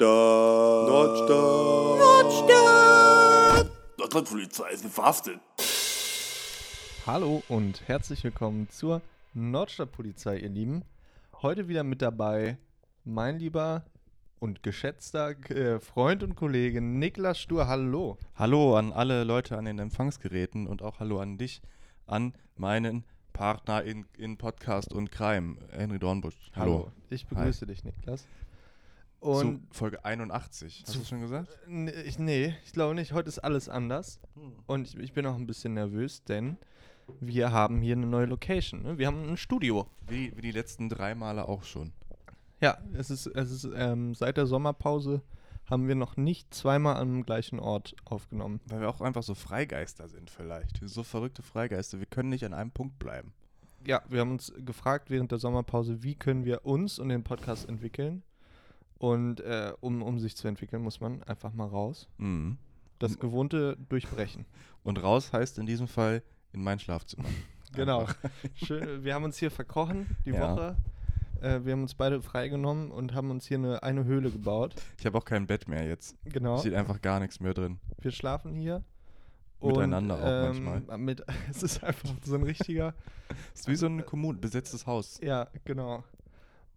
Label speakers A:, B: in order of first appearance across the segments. A: Nordstadt. Nordstadt. Nordstadt.
B: Nordrhein-Polizei ist verhaftet.
C: Hallo und herzlich willkommen zur Nordstadtpolizei, ihr Lieben. Heute wieder mit dabei mein lieber und geschätzter äh, Freund und Kollege Niklas Stur. Hallo.
D: Hallo an alle Leute an den Empfangsgeräten und auch hallo an dich, an meinen Partner in, in Podcast und Crime, Henry Dornbusch. Hallo.
C: Ich begrüße dich, Niklas.
D: Zu
C: Und
D: Folge 81. Hast
C: Zu-
D: du schon gesagt?
C: n- ich, nee, ich glaube nicht. Heute ist alles anders. Und ich, ich bin auch ein bisschen nervös, denn wir haben hier eine neue Location. Ne? Wir haben ein Studio.
D: Wie, wie die letzten drei Male auch schon.
C: Ja, es ist, es ist ähm, seit der Sommerpause haben wir noch nicht zweimal am gleichen Ort aufgenommen.
D: Weil wir auch einfach so Freigeister sind vielleicht. So verrückte Freigeister. Wir können nicht an einem Punkt bleiben.
C: Ja, wir haben uns gefragt während der Sommerpause, wie können wir uns und den Podcast entwickeln. Und äh, um, um sich zu entwickeln, muss man einfach mal raus.
D: Mhm.
C: Das Gewohnte durchbrechen.
D: Und raus heißt in diesem Fall in mein Schlafzimmer.
C: Genau.
D: Einfach.
C: Schön, wir haben uns hier verkrochen die
D: Ja.
C: Woche. Äh, wir haben uns beide freigenommen und haben uns hier eine, eine Höhle gebaut.
D: Ich habe auch kein Bett mehr jetzt.
C: Genau.
D: Sieht einfach gar nichts mehr drin.
C: Wir schlafen hier.
D: Miteinander auch
C: ähm,
D: manchmal.
C: Mit, es ist einfach so ein richtiger
D: Ist wie so ein Kommun besetztes Haus.
C: Ja, genau.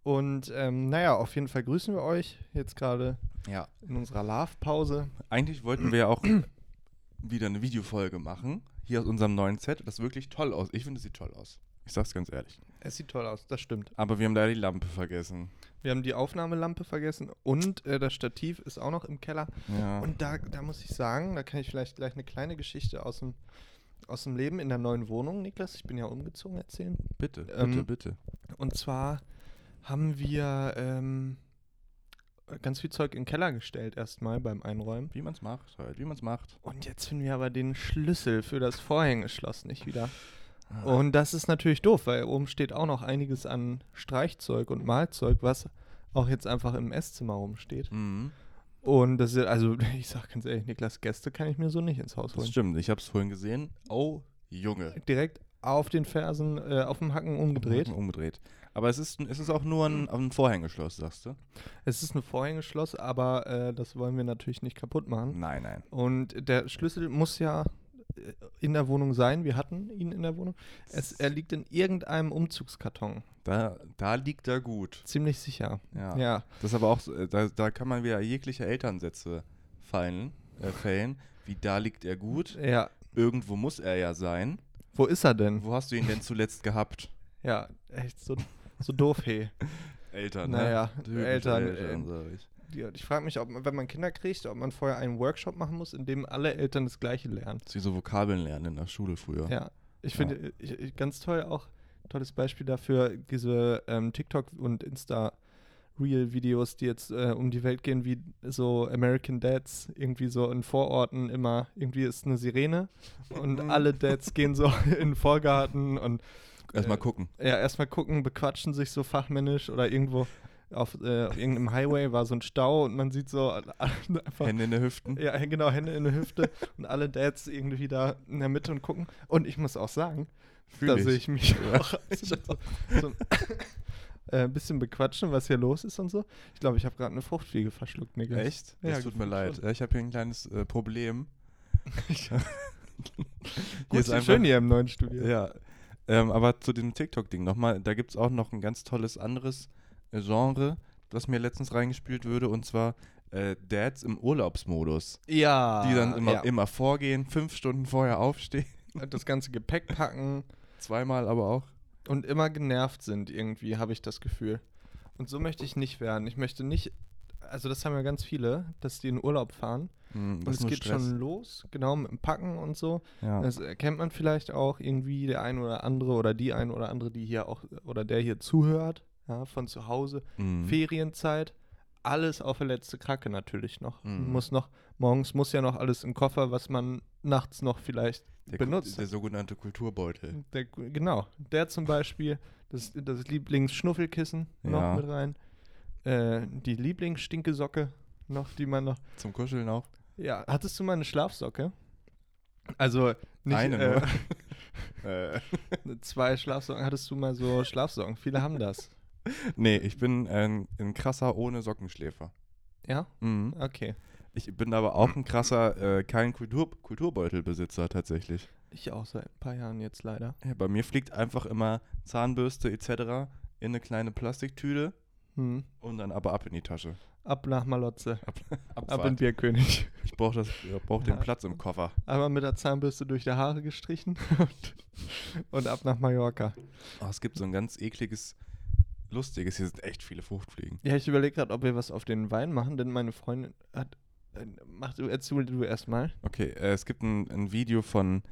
C: Und ähm, naja, auf jeden Fall grüßen wir euch jetzt gerade
D: Ja.
C: in unserer Love-Pause.
D: Eigentlich wollten wir ja auch wieder eine Videofolge machen. Hier aus unserem neuen Set. Das sieht wirklich toll aus. Ich finde, es sieht toll aus. Ich sag's ganz ehrlich.
C: Es sieht toll aus, das stimmt.
D: Aber wir haben da die Lampe vergessen.
C: Wir haben die Aufnahmelampe vergessen und äh, das Stativ ist auch noch im Keller.
D: Ja.
C: Und da, da muss ich sagen, da kann ich vielleicht gleich eine kleine Geschichte aus dem, aus dem Leben in der neuen Wohnung, Niklas, ich bin ja umgezogen, erzählen.
D: bitte, bitte,
C: ähm,
D: bitte.
C: Und zwar haben wir ähm, ganz viel Zeug in den Keller gestellt erstmal beim Einräumen.
D: Wie man's macht halt, wie man's macht.
C: Und jetzt finden wir aber den Schlüssel für das Vorhängeschloss nicht wieder. Und das ist natürlich doof, weil oben steht auch noch einiges an Streichzeug und Malzeug, was auch jetzt einfach im Esszimmer rumsteht.
D: Mhm.
C: Und das ist, also ich sag ganz ehrlich, Niklas, Gäste kann ich mir so nicht ins Haus
D: Das
C: holen.
D: stimmt, ich hab's vorhin gesehen. Oh, Junge.
C: Direkt auf den Fersen, äh, auf dem Hacken umgedreht.
D: Umgedreht. Aber es ist, es ist auch nur ein, ein Vorhängeschloss, sagst du?
C: Es ist ein Vorhängeschloss, aber äh, das wollen wir natürlich nicht kaputt machen.
D: Nein, nein.
C: Und der Schlüssel muss ja äh, in der Wohnung sein. Wir hatten ihn in der Wohnung. Es, er liegt in irgendeinem Umzugskarton.
D: Da, da liegt er gut.
C: Ziemlich sicher.
D: Ja.
C: Ja.
D: Das ist aber auch, so- äh, da, da kann man wieder jegliche Elternsätze fallen, äh, fällen. Wie da liegt er gut.
C: Ja.
D: Irgendwo muss er ja sein.
C: Wo ist er denn?
D: Wo hast du ihn denn zuletzt gehabt?
C: Ja, echt so, so doof, hey.
D: Eltern,
C: Naja,
D: ne? Typisch
C: Eltern,
D: Eltern
C: äh,
D: sag ich.
C: Ja, Ich frage mich, ob, man- wenn man Kinder kriegt, ob man vorher einen Workshop machen muss, in dem alle Eltern das Gleiche lernen.
D: Das ist wie so Vokabeln lernen in der Schule früher.
C: Ja. Ich finde ich, ich, ganz toll auch, tolles Beispiel dafür, diese ähm, TikTok- und Insta-Real-Videos, die jetzt äh, um die Welt gehen, wie so American Dads, irgendwie so in Vororten immer, irgendwie ist eine Sirene und alle Dads gehen so in den Vorgarten und
D: Erstmal
C: Äh,
D: gucken.
C: Ja, erstmal gucken, bequatschen sich so fachmännisch oder irgendwo auf, äh, auf irgendeinem Highway war so ein Stau und man sieht so alle- alle einfach.
D: Hände in der Hüften.
C: Ja, genau, Hände in der Hüfte und alle Dads irgendwie da in der Mitte und gucken. Und ich muss auch sagen,
D: Fühl
C: da
D: ich.
C: sehe ich mich auch absolut so, so äh, ein bisschen bequatschen, was hier los ist und so. Ich glaube, ich habe gerade eine Fruchtfliege verschluckt, Niklas.
D: Echt?
C: Ja,
D: das tut mir
C: gefühlt
D: leid.
C: schon.
D: Ja, Ich habe hier ein kleines äh, Problem.
C: Gut,
D: ist einfach-
C: schön hier im neuen Studio.
D: Ja. Ähm, aber zu dem TikTok-Ding nochmal, da gibt es auch noch ein ganz tolles anderes äh, Genre, das mir letztens reingespielt würde, und zwar äh, Dads im Urlaubsmodus.
C: Ja,
D: Die dann immer,
C: Ah, ja.
D: immer vorgehen, fünf Stunden vorher aufstehen,
C: das ganze Gepäck packen.
D: zweimal aber auch.
C: und immer genervt sind irgendwie, habe ich das Gefühl. Und so möchte ich nicht werden. Ich möchte nicht, also das haben ja ganz viele, dass die in Urlaub fahren
D: Hm,
C: und
D: das
C: es geht
D: Stress.
C: schon los, genau, mit dem Packen und so.
D: Ja.
C: Das erkennt man vielleicht auch irgendwie, der ein oder andere oder die ein oder andere, die hier auch, oder der hier zuhört, ja, von zu Hause,
D: Mhm.
C: Ferienzeit, alles auf der letzte Kracke natürlich noch.
D: Mhm.
C: Muss noch, morgens muss ja noch alles im Koffer, was man nachts noch vielleicht
D: Der, Ku-
C: benutzt.
D: der sogenannte Kulturbeutel.
C: Der, genau, der zum Beispiel, das, das Lieblingsschnuffelkissen noch
D: Ja.
C: mit rein, äh, die Lieblingsstinke-Socke noch, die man noch.
D: Zum Kuscheln auch.
C: Ja, hattest du mal eine Schlafsocke? Also nicht
D: Eine
C: äh,
D: Äh,
C: zwei Schlafsocken, hattest du mal so Schlafsocken? Viele haben das.
D: nee, ich bin ein, ein krasser ohne Sockenschläfer.
C: Ja?
D: Mhm.
C: Okay.
D: Ich bin aber auch ein krasser, äh, kein Kultur Kulturbeutelbesitzer tatsächlich.
C: Ich auch seit ein paar Jahren jetzt leider.
D: Ja, bei mir fliegt einfach immer Zahnbürste etc. in eine kleine Plastiktüte
C: Hm.
D: und dann aber ab in die Tasche.
C: Ab nach Malotze. Ab in
D: Abfahrt.
C: Bierkönig.
D: ich brauche das, ich brauch den
C: Ja.
D: Platz im Koffer.
C: Einmal mit der Zahnbürste durch die Haare gestrichen und, und ab nach Mallorca.
D: Oh, es gibt so ein ganz ekliges, lustiges. Hier sind echt viele Fruchtfliegen.
C: Ja, ich überlege gerade, ob wir was auf den Wein machen, denn meine Freundin hat. äh, Mach du, erzähl du erstmal.
D: Okay, äh, es gibt ein, ein Video von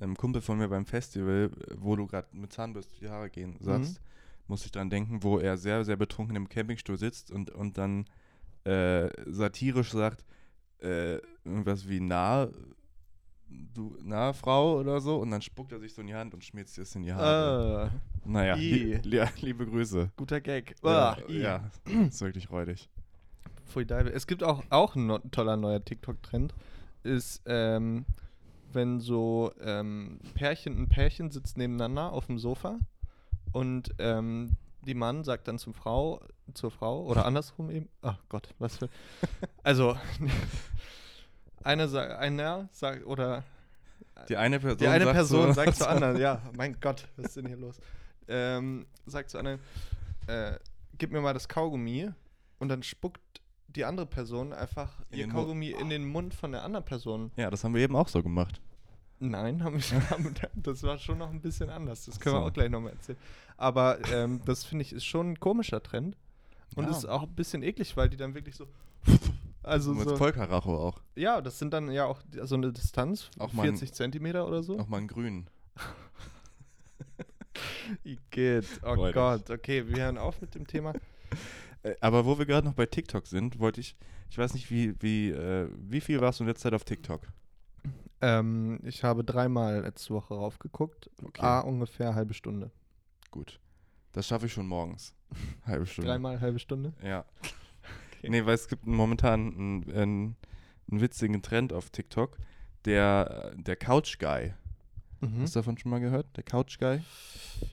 D: einem Kumpel von mir beim Festival, äh, wo du gerade mit Zahnbürste die Haare gehen
C: Mhm.
D: sagst. Muss ich dran denken, wo er sehr, sehr betrunken im Campingstuhl sitzt und, und dann äh, satirisch sagt, äh, irgendwas wie na, du, na, Frau oder so. Und dann spuckt er sich so in die Hand und schmiert sich das in die Haare.
C: Äh,
D: naja, li
C: i.
D: li liebe Grüße.
C: guter Gag.
D: ja,
C: Uah, i.
D: ja, ist wirklich räudig.
C: Pfui Deibe. Es gibt auch, auch ein no toller neuer TikTok-Trend, ist, ähm, wenn so ähm, Pärchen ein Pärchen sitzt nebeneinander auf dem Sofa und ähm, die Mann sagt dann zum Frau, zur Frau oder andersrum eben, ach Gott, was für, also eine sagt, einer sagt, oder
D: Die eine Person,
C: die eine
D: sagt
C: Person
D: so,
C: sagt zur anderen, ja, mein Gott, was ist denn hier los? Ähm, sagt zur anderen, äh, gib mir mal das Kaugummi und dann spuckt die andere Person einfach
D: In
C: ihr
D: den Mund.
C: Kaugummi in den Mund von der anderen Person.
D: Ja, das haben wir eben auch so gemacht.
C: Nein, haben wir, haben, das war schon noch ein bisschen anders. Das können
D: So.
C: wir auch gleich nochmal erzählen. Aber ähm, das finde ich ist schon ein komischer Trend und
D: Ja.
C: ist auch ein bisschen eklig, weil die dann wirklich so. Also
D: mit
C: so,
D: Volker Racho auch.
C: ja, das sind dann ja auch die- so eine Distanz,
D: Auch mal ein-
C: 40 Zentimeter oder so.
D: Nochmal einen grünen.
C: Igitt, oh
D: Freudig.
C: Gott, okay, wir hören auf mit dem Thema.
D: Äh, Aber wo wir gerade noch bei TikTok sind, wollte ich, ich weiß nicht, wie, wie, äh, wie viel warst du in letzter Zeit auf TikTok?
C: ähm, ich habe dreimal letzte Woche raufgeguckt,
D: Okay.
C: ah, ungefähr halbe Stunde.
D: Gut. Das schaffe ich schon morgens. Halbe Stunde.
C: Dreimal halbe Stunde?
D: Ja.
C: Okay.
D: Nee, weil es gibt momentan einen, einen, einen witzigen Trend auf TikTok. Der, der Couch Guy.
C: Mhm.
D: Hast du davon schon mal gehört? Der Couch Guy?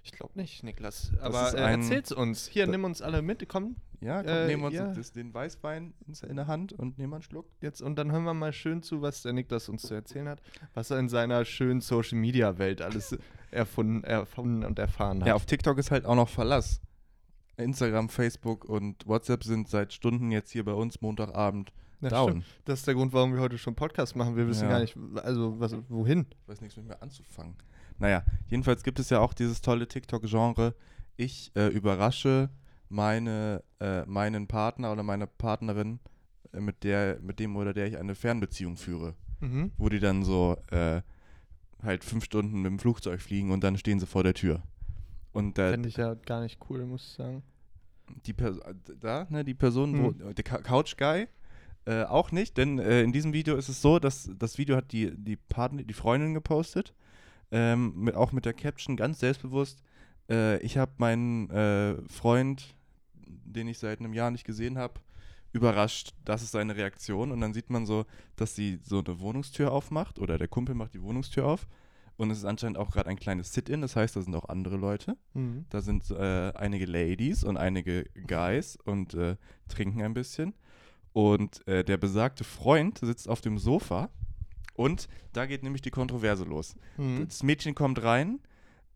C: Ich glaube nicht, Niklas. Aber
D: ist
C: äh,
D: ein-
C: erzähl's uns. Hier,
D: Da-
C: nimm uns alle mit, komm
D: Ja, komm,
C: Äh,
D: nehmen wir uns
C: ja.
D: das, den Weißwein ins- in der Hand und nehmen einen Schluck.
C: jetzt und dann hören wir mal schön zu, was der Niklas uns zu erzählen hat, was er in seiner schönen Social Media Welt alles erfunden, erfunden und erfahren hat.
D: Ja, auf TikTok ist halt auch noch Verlass. Instagram, Facebook und WhatsApp sind seit Stunden jetzt hier bei uns Montagabend
C: Ja,
D: down.
C: stimmt. Das ist der Grund, warum wir heute schon Podcast machen. Wir wissen
D: Ja.
C: gar nicht, also was, wohin.
D: Ich weiß nichts mit mir anzufangen. Naja, jedenfalls gibt es ja auch dieses tolle TikTok-Genre. Ich äh, überrasche meine, äh, meinen Partner oder meine Partnerin, äh, mit, der, mit dem oder der ich eine Fernbeziehung führe.
C: Mhm.
D: Wo die dann so äh, halt fünf Stunden mit dem Flugzeug fliegen und dann stehen sie vor der Tür. Und äh, da,
C: Fände ich ja gar nicht cool, muss ich sagen.
D: die Pers- da, ne, die Person, wo, der Cou- Couch Guy, äh, auch nicht, denn äh, in diesem Video ist es so, dass das Video hat die, die Partner, die Freundin gepostet, ähm, mit, auch mit der Caption ganz selbstbewusst, äh, ich habe meinen äh, Freund, den ich seit einem Jahr nicht gesehen habe, überrascht, das ist seine Reaktion und dann sieht man so, dass sie so eine Wohnungstür aufmacht oder der Kumpel macht die Wohnungstür auf und es ist anscheinend auch gerade ein kleines Sit-In, das heißt, da sind auch andere Leute.
C: Mhm.
D: Da sind äh, einige Ladies und einige Guys und äh, trinken ein bisschen. Und äh, der besagte Freund sitzt auf dem Sofa und da geht nämlich die Kontroverse los.
C: Mhm.
D: Das Mädchen kommt rein,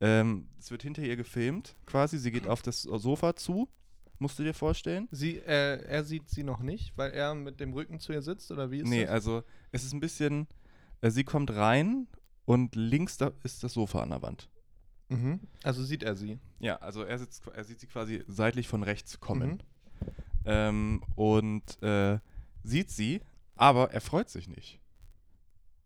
D: ähm, es wird hinter ihr gefilmt quasi, sie geht auf das Sofa zu, musst du dir vorstellen.
C: Sie, äh, er sieht sie noch nicht, weil er mit dem Rücken zu ihr sitzt oder wie ist
D: nee,
C: das?
D: also es ist ein bisschen, äh, sie kommt rein und links da ist das Sofa an der Wand. äh,
C: Mhm. Also sieht er sie.
D: Ja, also er, sitzt, er sieht sie quasi seitlich von rechts kommen.
C: Mhm.
D: ähm, und äh, sieht sie, aber er freut sich nicht.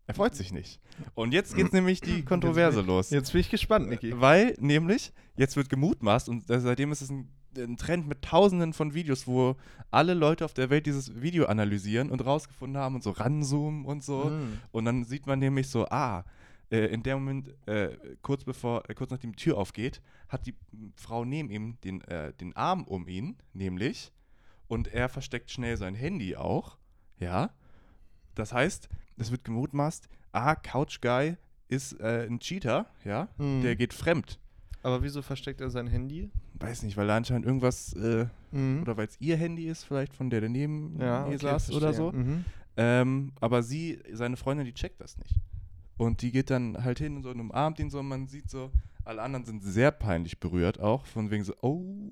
D: Er freut sich nicht. Und jetzt geht nämlich die Kontroverse los.
C: Jetzt bin ich gespannt, Niki.
D: Weil nämlich, jetzt wird gemutmaßt und äh, seitdem ist es ein, ein Trend mit tausenden von Videos, wo alle Leute auf der Welt dieses Video analysieren und rausgefunden haben und so ranzoomen und so.
C: Mhm.
D: Und dann sieht man nämlich so, ah, äh, in dem Moment, äh, kurz bevor, äh, kurz nachdem die Tür aufgeht, hat die Frau neben ihm den, äh, den Arm um ihn, nämlich, und er versteckt schnell sein Handy auch, ja. Das heißt, es wird gemutmaßt, ah, Couch Guy ist äh, ein Cheater, ja,
C: Mhm.
D: der geht fremd.
C: Aber wieso versteckt er sein Handy?
D: Weiß nicht, weil da anscheinend irgendwas, äh,
C: Mhm.
D: oder weil es ihr Handy ist, vielleicht von der daneben
C: ja,
D: ihr
C: okay,
D: saß
C: verstehe.
D: oder so.
C: Mhm.
D: Ähm, aber sie, seine Freundin, die checkt das nicht. Und die geht dann halt hin und so und umarmt ihn so und man sieht so, alle anderen sind sehr peinlich berührt auch, von wegen so, oh,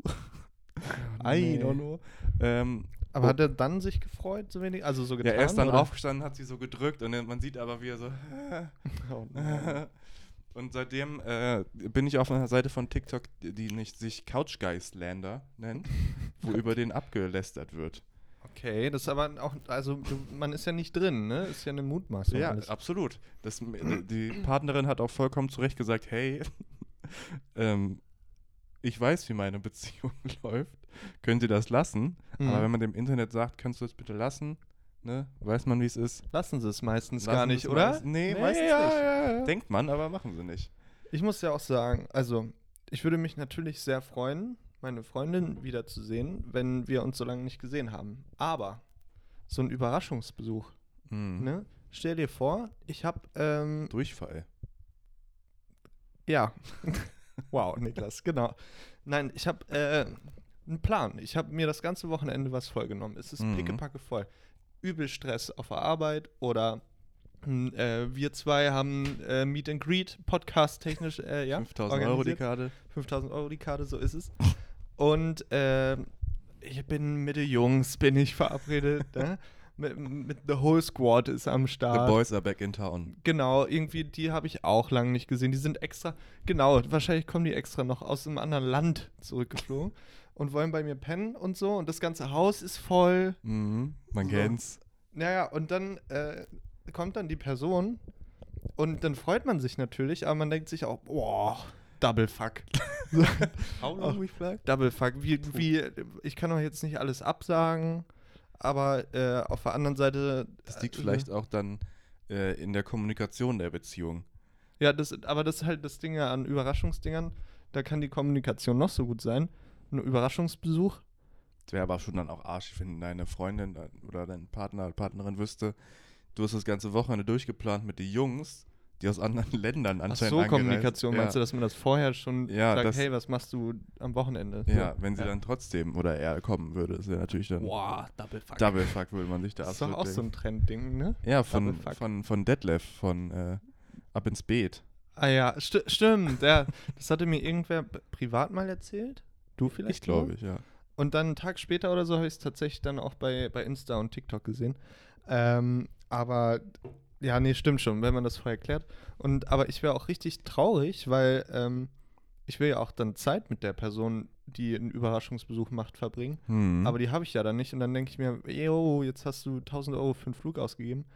D: I don't know. Ähm,
C: Aber hat er dann sich gefreut, so wenig? Also so getan?
D: ja, er ist dann
C: oder?
D: aufgestanden, hat sie so gedrückt und dann- man sieht aber, wie er so,
C: Oh nein.
D: und seitdem äh, bin ich auf einer Seite von TikTok, die nicht sich Couchgeistlander nennt, wo über den abgelästert wird.
C: Okay, das ist aber auch, also du, man ist ja nicht drin, ne? Ist ja eine Mutmaßung.
D: Ja,
C: alles.
D: absolut. Das, die Partnerin hat auch vollkommen zu Recht gesagt, hey, ähm, ich weiß, wie meine Beziehung läuft. Könnt ihr das lassen?
C: Mhm.
D: Aber wenn man dem Internet sagt, kannst du das bitte lassen, ne? weiß man, wie es ist.
C: Lassen sie es meistens
D: Lassen
C: gar
D: sie
C: nicht,
D: es
C: oder?
D: meist- Nee, meistens
C: ja,
D: nicht.
C: Ja, ja.
D: Denkt man, aber machen sie nicht.
C: Ich muss ja auch sagen, also ich würde mich natürlich sehr freuen, meine Freundin wiederzusehen, wenn wir uns so lange nicht gesehen haben. Aber so ein Überraschungsbesuch,
D: Mhm.
C: ne? Stell dir vor, ich habe, ähm,
D: Durchfall.
C: ja, wow, Niklas, genau. Nein, ich habe äh, einen Plan. Ich habe mir das ganze Wochenende was vollgenommen. Es ist
D: Mhm.
C: pickepacke voll. Übel Stress auf der Arbeit oder hm, äh, wir zwei haben äh, Meet and Greet Podcast technisch, äh, ja,
D: 5000 Euro die
C: organisiert.
D: Karte.
C: 5000 Euro die Karte, so ist es. Und ähm, ich bin mit den Jungs, bin ich verabredet. ne? mit, mit The Whole Squad ist am
D: The
C: Start.
D: boys are back in town.
C: Genau, irgendwie, die habe ich auch lange nicht gesehen. Die sind extra, genau, wahrscheinlich kommen die extra noch aus einem anderen Land zurückgeflogen und wollen bei mir pennen und so. Und das ganze Haus ist voll.
D: Mhm. Man
C: So.
D: kennt's.
C: Naja, und dann äh, kommt dann die Person und dann freut man sich natürlich, aber man denkt sich auch, boah, Double Fuck.
D: How
C: long
D: we flag?
C: Double Fuck. Wie, wie, ich kann doch jetzt nicht alles absagen, aber äh, auf der anderen Seite. äh,
D: Das liegt vielleicht auch dann äh, in der Kommunikation der Beziehung.
C: Ja, das, aber das ist halt das Ding ja an Überraschungsdingern. Da kann die Kommunikation noch so gut sein. Ein Überraschungsbesuch.
D: Es wäre aber schon dann auch arschig, wenn deine Freundin oder dein Partner oder Partnerin wüsste, du hast das ganze Wochenende durchgeplant mit den Jungs, die aus anderen Ländern
C: Ach
D: anscheinend
C: so,
D: angereist-
C: Kommunikation.
D: ja.
C: Meinst du, dass man das vorher schon
D: Ja,
C: sagt,
D: das-
C: hey, was machst du am Wochenende?
D: Ja, wenn sie dann trotzdem oder er kommen würde, ist ja natürlich dann
C: Boah, Double Fuck.
D: Double Fuck würde man sich da
C: das ist doch
D: absolut
C: auch so ein
D: denken.
C: Trendding, ne?
D: Ja, von,
C: Double Fuck.
D: von, von Detlef, von äh, Ab ins Beet.
C: Ah ja, sti stimmt. ja, das hatte mir irgendwer p- privat mal erzählt. Du vielleicht?
D: Ich glaube
C: nur?
D: ich, ja.
C: Und dann einen Tag später oder so habe ich es tatsächlich dann auch bei, bei Insta und TikTok gesehen. Ähm, aber ja, nee, stimmt schon, wenn man das vorher erklärt. Und aber ich wäre auch richtig traurig, weil ähm, ich will ja auch dann Zeit mit der Person, die einen Überraschungsbesuch macht, verbringen.
D: Hm.
C: Aber die habe ich ja dann nicht. Und dann denke ich mir, yo, jetzt hast du 1000 Euro für einen Flug ausgegeben.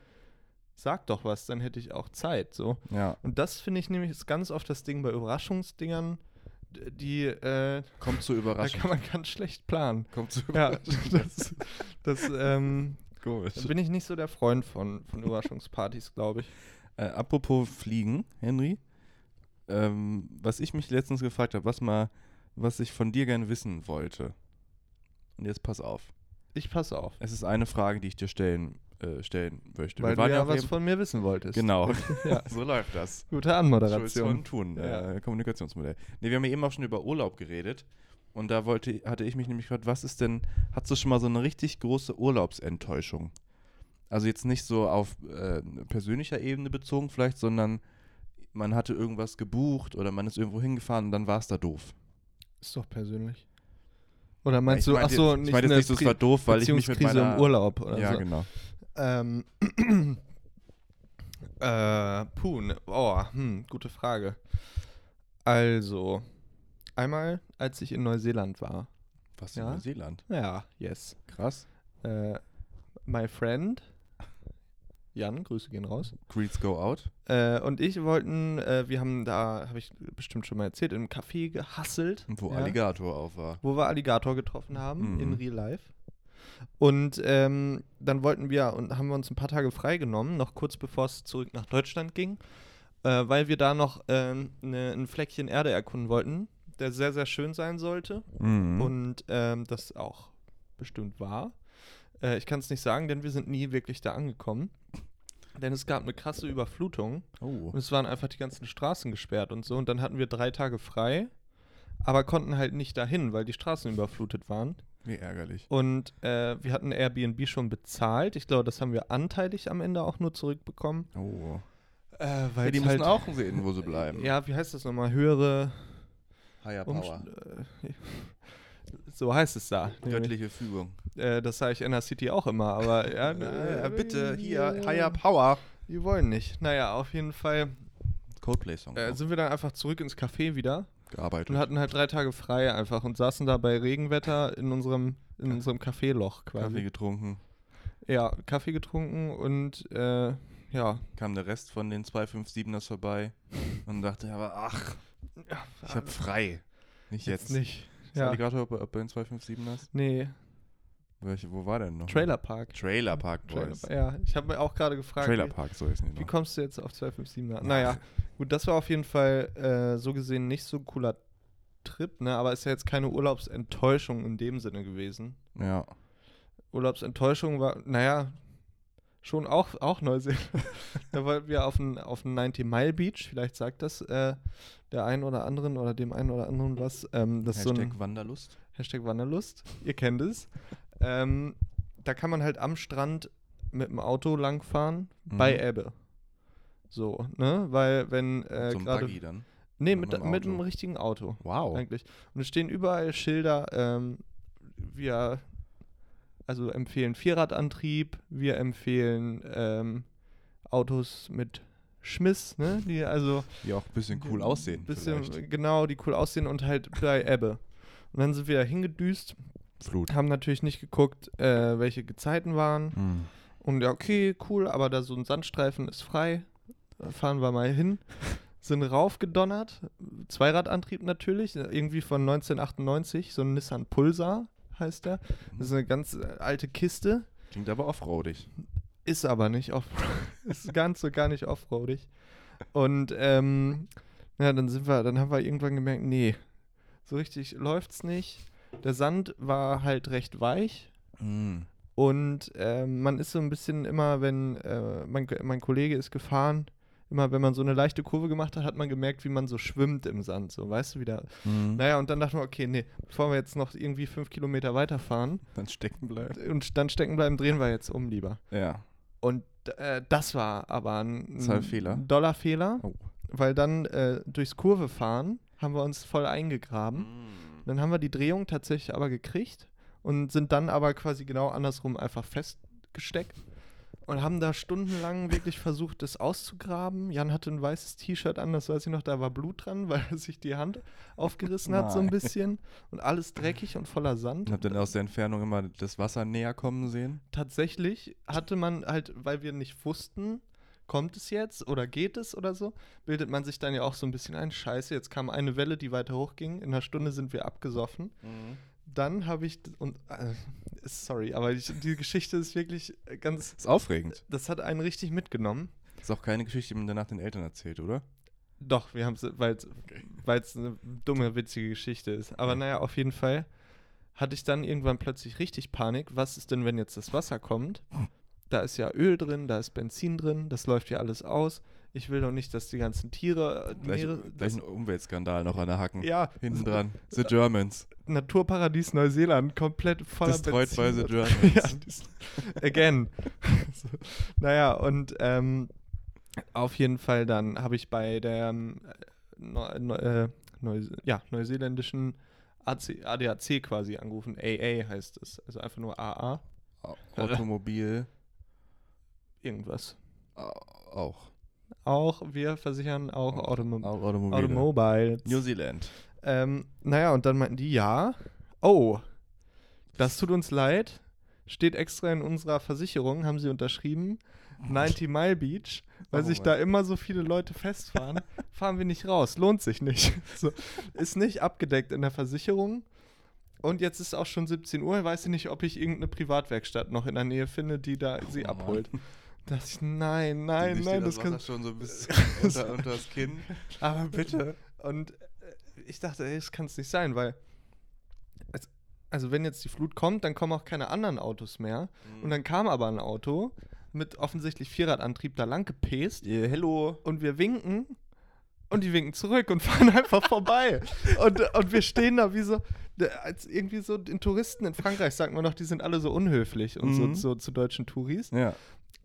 C: Sag doch was, dann hätte ich auch Zeit. So.
D: ja.
C: Und das finde ich nämlich ist ganz oft das Ding bei Überraschungsdingern, d- die äh,
D: Kommt zur
C: da
D: Überraschung.
C: kann man ganz schlecht planen.
D: Kommt zur
C: Ja,
D: Überraschung.
C: das, das ähm,
D: Komisch.
C: da bin ich nicht so der Freund von, von Überraschungspartys, glaube ich.
D: Äh, apropos Fliegen, Henry, ähm, was ich mich letztens gefragt habe, was mal, was ich von dir gerne wissen wollte. Und jetzt pass auf.
C: Ich passe auf,
D: Es ist eine Frage, die ich dir stellen, äh, stellen möchte.
C: weil du ja,
D: auf
C: was
D: jedem-
C: von mir wissen wolltest.
D: Genau,
C: Ja.
D: so läuft das.
C: Gute
D: Schulz von
C: Anmoderation.
D: Thun,
C: Ja.
D: äh, Kommunikationsmodell. Ne, wir haben ja eben auch schon über Urlaub geredet. Und da wollte, hatte ich mich nämlich gefragt, was ist denn, hattest du schon mal so eine richtig große Urlaubsenttäuschung? Also jetzt nicht so auf äh, persönlicher Ebene bezogen vielleicht, sondern man hatte irgendwas gebucht oder man ist irgendwo hingefahren und dann war es da doof.
C: Ist doch persönlich. Oder meinst
D: ich
C: du, ach
D: meinte
C: so,
D: jetzt, ich meinte jetzt
C: eine
D: nicht so, es
C: Pri-
D: war doof, weil ich mich mit
C: Beziehungskrise
D: meiner...
C: im Urlaub oder
D: Ja,
C: so.
D: genau.
C: Ähm, äh, puh, ne, oh, hm, gute Frage. Also, einmal, als ich in Neuseeland war.
D: Was in
C: Ja.
D: Neuseeland?
C: Ja, yes.
D: Krass.
C: Äh, my friend, Jan, Grüße gehen raus.
D: Creeds go out.
C: Äh, und ich wollten, äh, wir haben da, habe ich bestimmt schon mal erzählt, im Café gehasselt.
D: Wo
C: ja,
D: Alligator auf war.
C: Wo wir Alligator getroffen haben,
D: Mhm.
C: in Real Life. Und ähm, dann wollten wir und haben wir uns ein paar Tage freigenommen, noch kurz bevor es zurück nach Deutschland ging, äh, weil wir da noch ähm, ne, ein Fleckchen Erde erkunden wollten, der sehr, sehr schön sein sollte
D: Mhm.
C: und ähm, das auch bestimmt war. Äh, ich kann es nicht sagen, denn wir sind nie wirklich da angekommen. Denn es gab eine krasse Überflutung
D: oh.
C: und es waren einfach die ganzen Straßen gesperrt und so. Und dann hatten wir drei Tage frei, aber konnten halt nicht dahin, weil die Straßen überflutet waren.
D: Wie ärgerlich.
C: Und äh, wir hatten Airbnb schon bezahlt. Ich glaube, das haben wir anteilig am Ende auch nur zurückbekommen.
D: Oh.
C: Äh, weil
D: Ja, die
C: es
D: müssen
C: halt,
D: auch sehen, wo sie bleiben.
C: Ja, wie heißt das nochmal? Höhere.
D: Higher
C: Umst-
D: Power.
C: äh, so heißt es da.
D: Göttliche Fügung.
C: Äh, das sage ich in der City auch immer, aber ja,
D: Äh,
C: äh,
D: bitte, hier,
C: die-
D: Higher Power.
C: Die wollen nicht. Naja, auf jeden Fall
D: Coldplay-Song.
C: äh,
D: auch
C: sind wir dann einfach zurück ins Café wieder und
D: gearbeitet.
C: hatten halt drei Tage frei einfach und saßen da bei Regenwetter in unserem, in unserem Kaffeeloch
D: Kaffee
C: quasi.
D: getrunken.
C: Ja, Kaffee getrunken und äh, ja.
D: Kam der Rest von den 257ers vorbei und dachte, aber ach, ich hab frei. Nicht jetzt.
C: nicht.
D: Ist
C: Ja.
D: Alligator bei, bei den 257ers?
C: Nee,
D: Welche, wo war denn noch?
C: Trailer Park.
D: Trailer Park
C: Trailer,
D: Boys.
C: ja, ich habe mir auch gerade gefragt,
D: Trailer
C: wie-
D: Park, so ist nicht
C: Wie
D: noch.
C: kommst du jetzt auf 257er? Naja, gut, das war auf jeden Fall äh, so gesehen nicht so ein cooler Trip, ne? aber ist ja jetzt keine Urlaubsenttäuschung in dem Sinne gewesen.
D: Ja.
C: Urlaubsenttäuschung war, naja, schon auch, auch Neuseeland. da wollten wir auf den, auf den 90-Mile-Beach, vielleicht sagt das äh, der einen oder anderen oder dem einen oder anderen was. Ähm, das ist so ein,
D: Hashtag Wanderlust.
C: Hashtag Wanderlust, ihr kennt es. ähm, da kann man halt am Strand mit dem Auto langfahren,
D: Mhm.
C: bei Ebbe. So, ne? Weil wenn äh,
D: so ein
C: gerade.
D: Buggy dann.
C: Nee,
D: mit
C: mit,
D: einem
C: mit
D: Auto.
C: einem richtigen Auto
D: Wow.
C: eigentlich. Und es stehen überall Schilder, ähm, wir also empfehlen Vierradantrieb, wir empfehlen ähm, Autos mit Schmiss, ne? Die also
D: Die auch ein bisschen cool aussehen.
C: bisschen
D: vielleicht.
C: genau, die cool aussehen und halt bei Ebbe. Und dann sind wir da hingedüst,
D: Flut.
C: haben natürlich nicht geguckt, äh, welche Gezeiten waren.
D: Hm.
C: Und ja, okay, cool, aber da so ein Sandstreifen ist frei. Da fahren wir mal hin. Sind raufgedonnert. Zweiradantrieb natürlich. äh, Irgendwie von 1998. So ein Nissan Pulsar heißt der. Das ist eine ganz äh, alte Kiste.
D: Klingt aber offroadig.
C: Ist aber nicht off Ist ganz so gar nicht offroadig. Und ähm, ja, dann sind wir, dann haben wir irgendwann gemerkt, nee, so richtig läuft's nicht. Der Sand war halt recht weich.
D: Hm.
C: Und ähm, man ist so ein bisschen immer, wenn äh, mein, mein Kollege ist gefahren, immer wenn man so eine leichte Kurve gemacht hat, hat man gemerkt, wie man so schwimmt im Sand. So, weißt du, wieder.
D: Hm.
C: Naja, und dann dachten wir, okay, nee, bevor wir jetzt noch irgendwie fünf Kilometer weiterfahren
D: Dann stecken bleibt.
C: und dann stecken bleiben, drehen wir jetzt um lieber.
D: Ja.
C: Und äh, das war aber ein,
D: Das war ein Fehler.
C: Dollarfehler,
D: Oh.
C: weil dann äh, durchs Kurvefahren haben wir uns voll eingegraben.
D: Mm.
C: Dann haben wir die Drehung tatsächlich aber gekriegt und sind dann aber quasi genau andersrum einfach festgesteckt und haben da stundenlang wirklich versucht, das auszugraben. Jan hatte ein weißes T-Shirt an, das weiß ich noch, da war Blut dran, weil er sich die Hand aufgerissen hat so ein
D: Nein.
C: bisschen und alles dreckig und voller Sand.
D: Und hab dann aus der Entfernung immer das Wasser näher kommen sehen.
C: Tatsächlich hatte man halt, weil wir nicht wussten, kommt es jetzt oder geht es oder so, bildet man sich dann ja auch so ein bisschen ein. Scheiße, jetzt kam eine Welle, die weiter hochging. In einer Stunde sind wir abgesoffen. Dann habe ich, d- und äh, sorry, aber ich, die Geschichte ist wirklich äh, ganz,
D: Ist aufregend.
C: das hat einen richtig mitgenommen.
D: Ist auch keine Geschichte, die man danach den Eltern erzählt, oder?
C: Doch, wir haben es, weil es eine dumme, witzige Geschichte ist. Aber naja, auf jeden Fall hatte ich dann irgendwann plötzlich richtig Panik. Was ist denn, wenn jetzt das Wasser kommt? Da ist ja Öl drin, da ist Benzin drin, das läuft ja alles aus. Ich will doch nicht, dass die ganzen Tiere, äh,
D: Gleich,
C: Meere,
D: gleich ein Umweltskandal noch an der Hacken.
C: ja,
D: Hinten dran. The Germans.
C: Naturparadies Neuseeland komplett voller
D: Destroyed by the
C: und-
D: Germans.
C: ja, dis- again. so, naja, und ähm, auf jeden Fall dann habe ich bei der ähm, Neu Neu äh, Neuse ja, neuseeländischen AC ADAC quasi angerufen. AA heißt es. Also einfach nur AA.
D: Au- Automobil
C: Irgendwas.
D: au- auch.
C: Auch wir versichern auch Automobil.
D: Auch Automobile.
C: Automobiles.
D: New Zealand.
C: Ähm, naja, und dann meinten die, ja, oh, das tut uns leid, steht extra in unserer Versicherung, haben sie unterschrieben, 90 Mile Beach, weil
D: Oh
C: sich
D: Mann.
C: da immer so viele Leute festfahren, fahren wir nicht raus, lohnt sich nicht. So, ist nicht abgedeckt in der Versicherung. Und jetzt ist auch schon 17 Uhr, weiß ich nicht, ob ich irgendeine Privatwerkstatt noch in der Nähe finde, die da sie
D: Oh Mann.
C: abholt. Da dachte ich, nein, nein, nein, das kann,
D: schon so bis unter, unter das Kinn.
C: aber bitte. Und äh, ich dachte, ey, das kann es nicht sein, weil. es- Also, wenn jetzt die Flut kommt, dann kommen auch keine anderen Autos mehr. Und dann kam aber ein Auto mit offensichtlich Vierradantrieb da lang gepäst
D: Yeah, hello.
C: und wir winken und die winken zurück und fahren einfach vorbei. Und, und wir stehen da wie so, äh, als irgendwie so den Touristen in Frankreich sagt man noch, die sind alle so unhöflich und so,
D: Mhm.
C: so zu deutschen Touris.
D: Ja.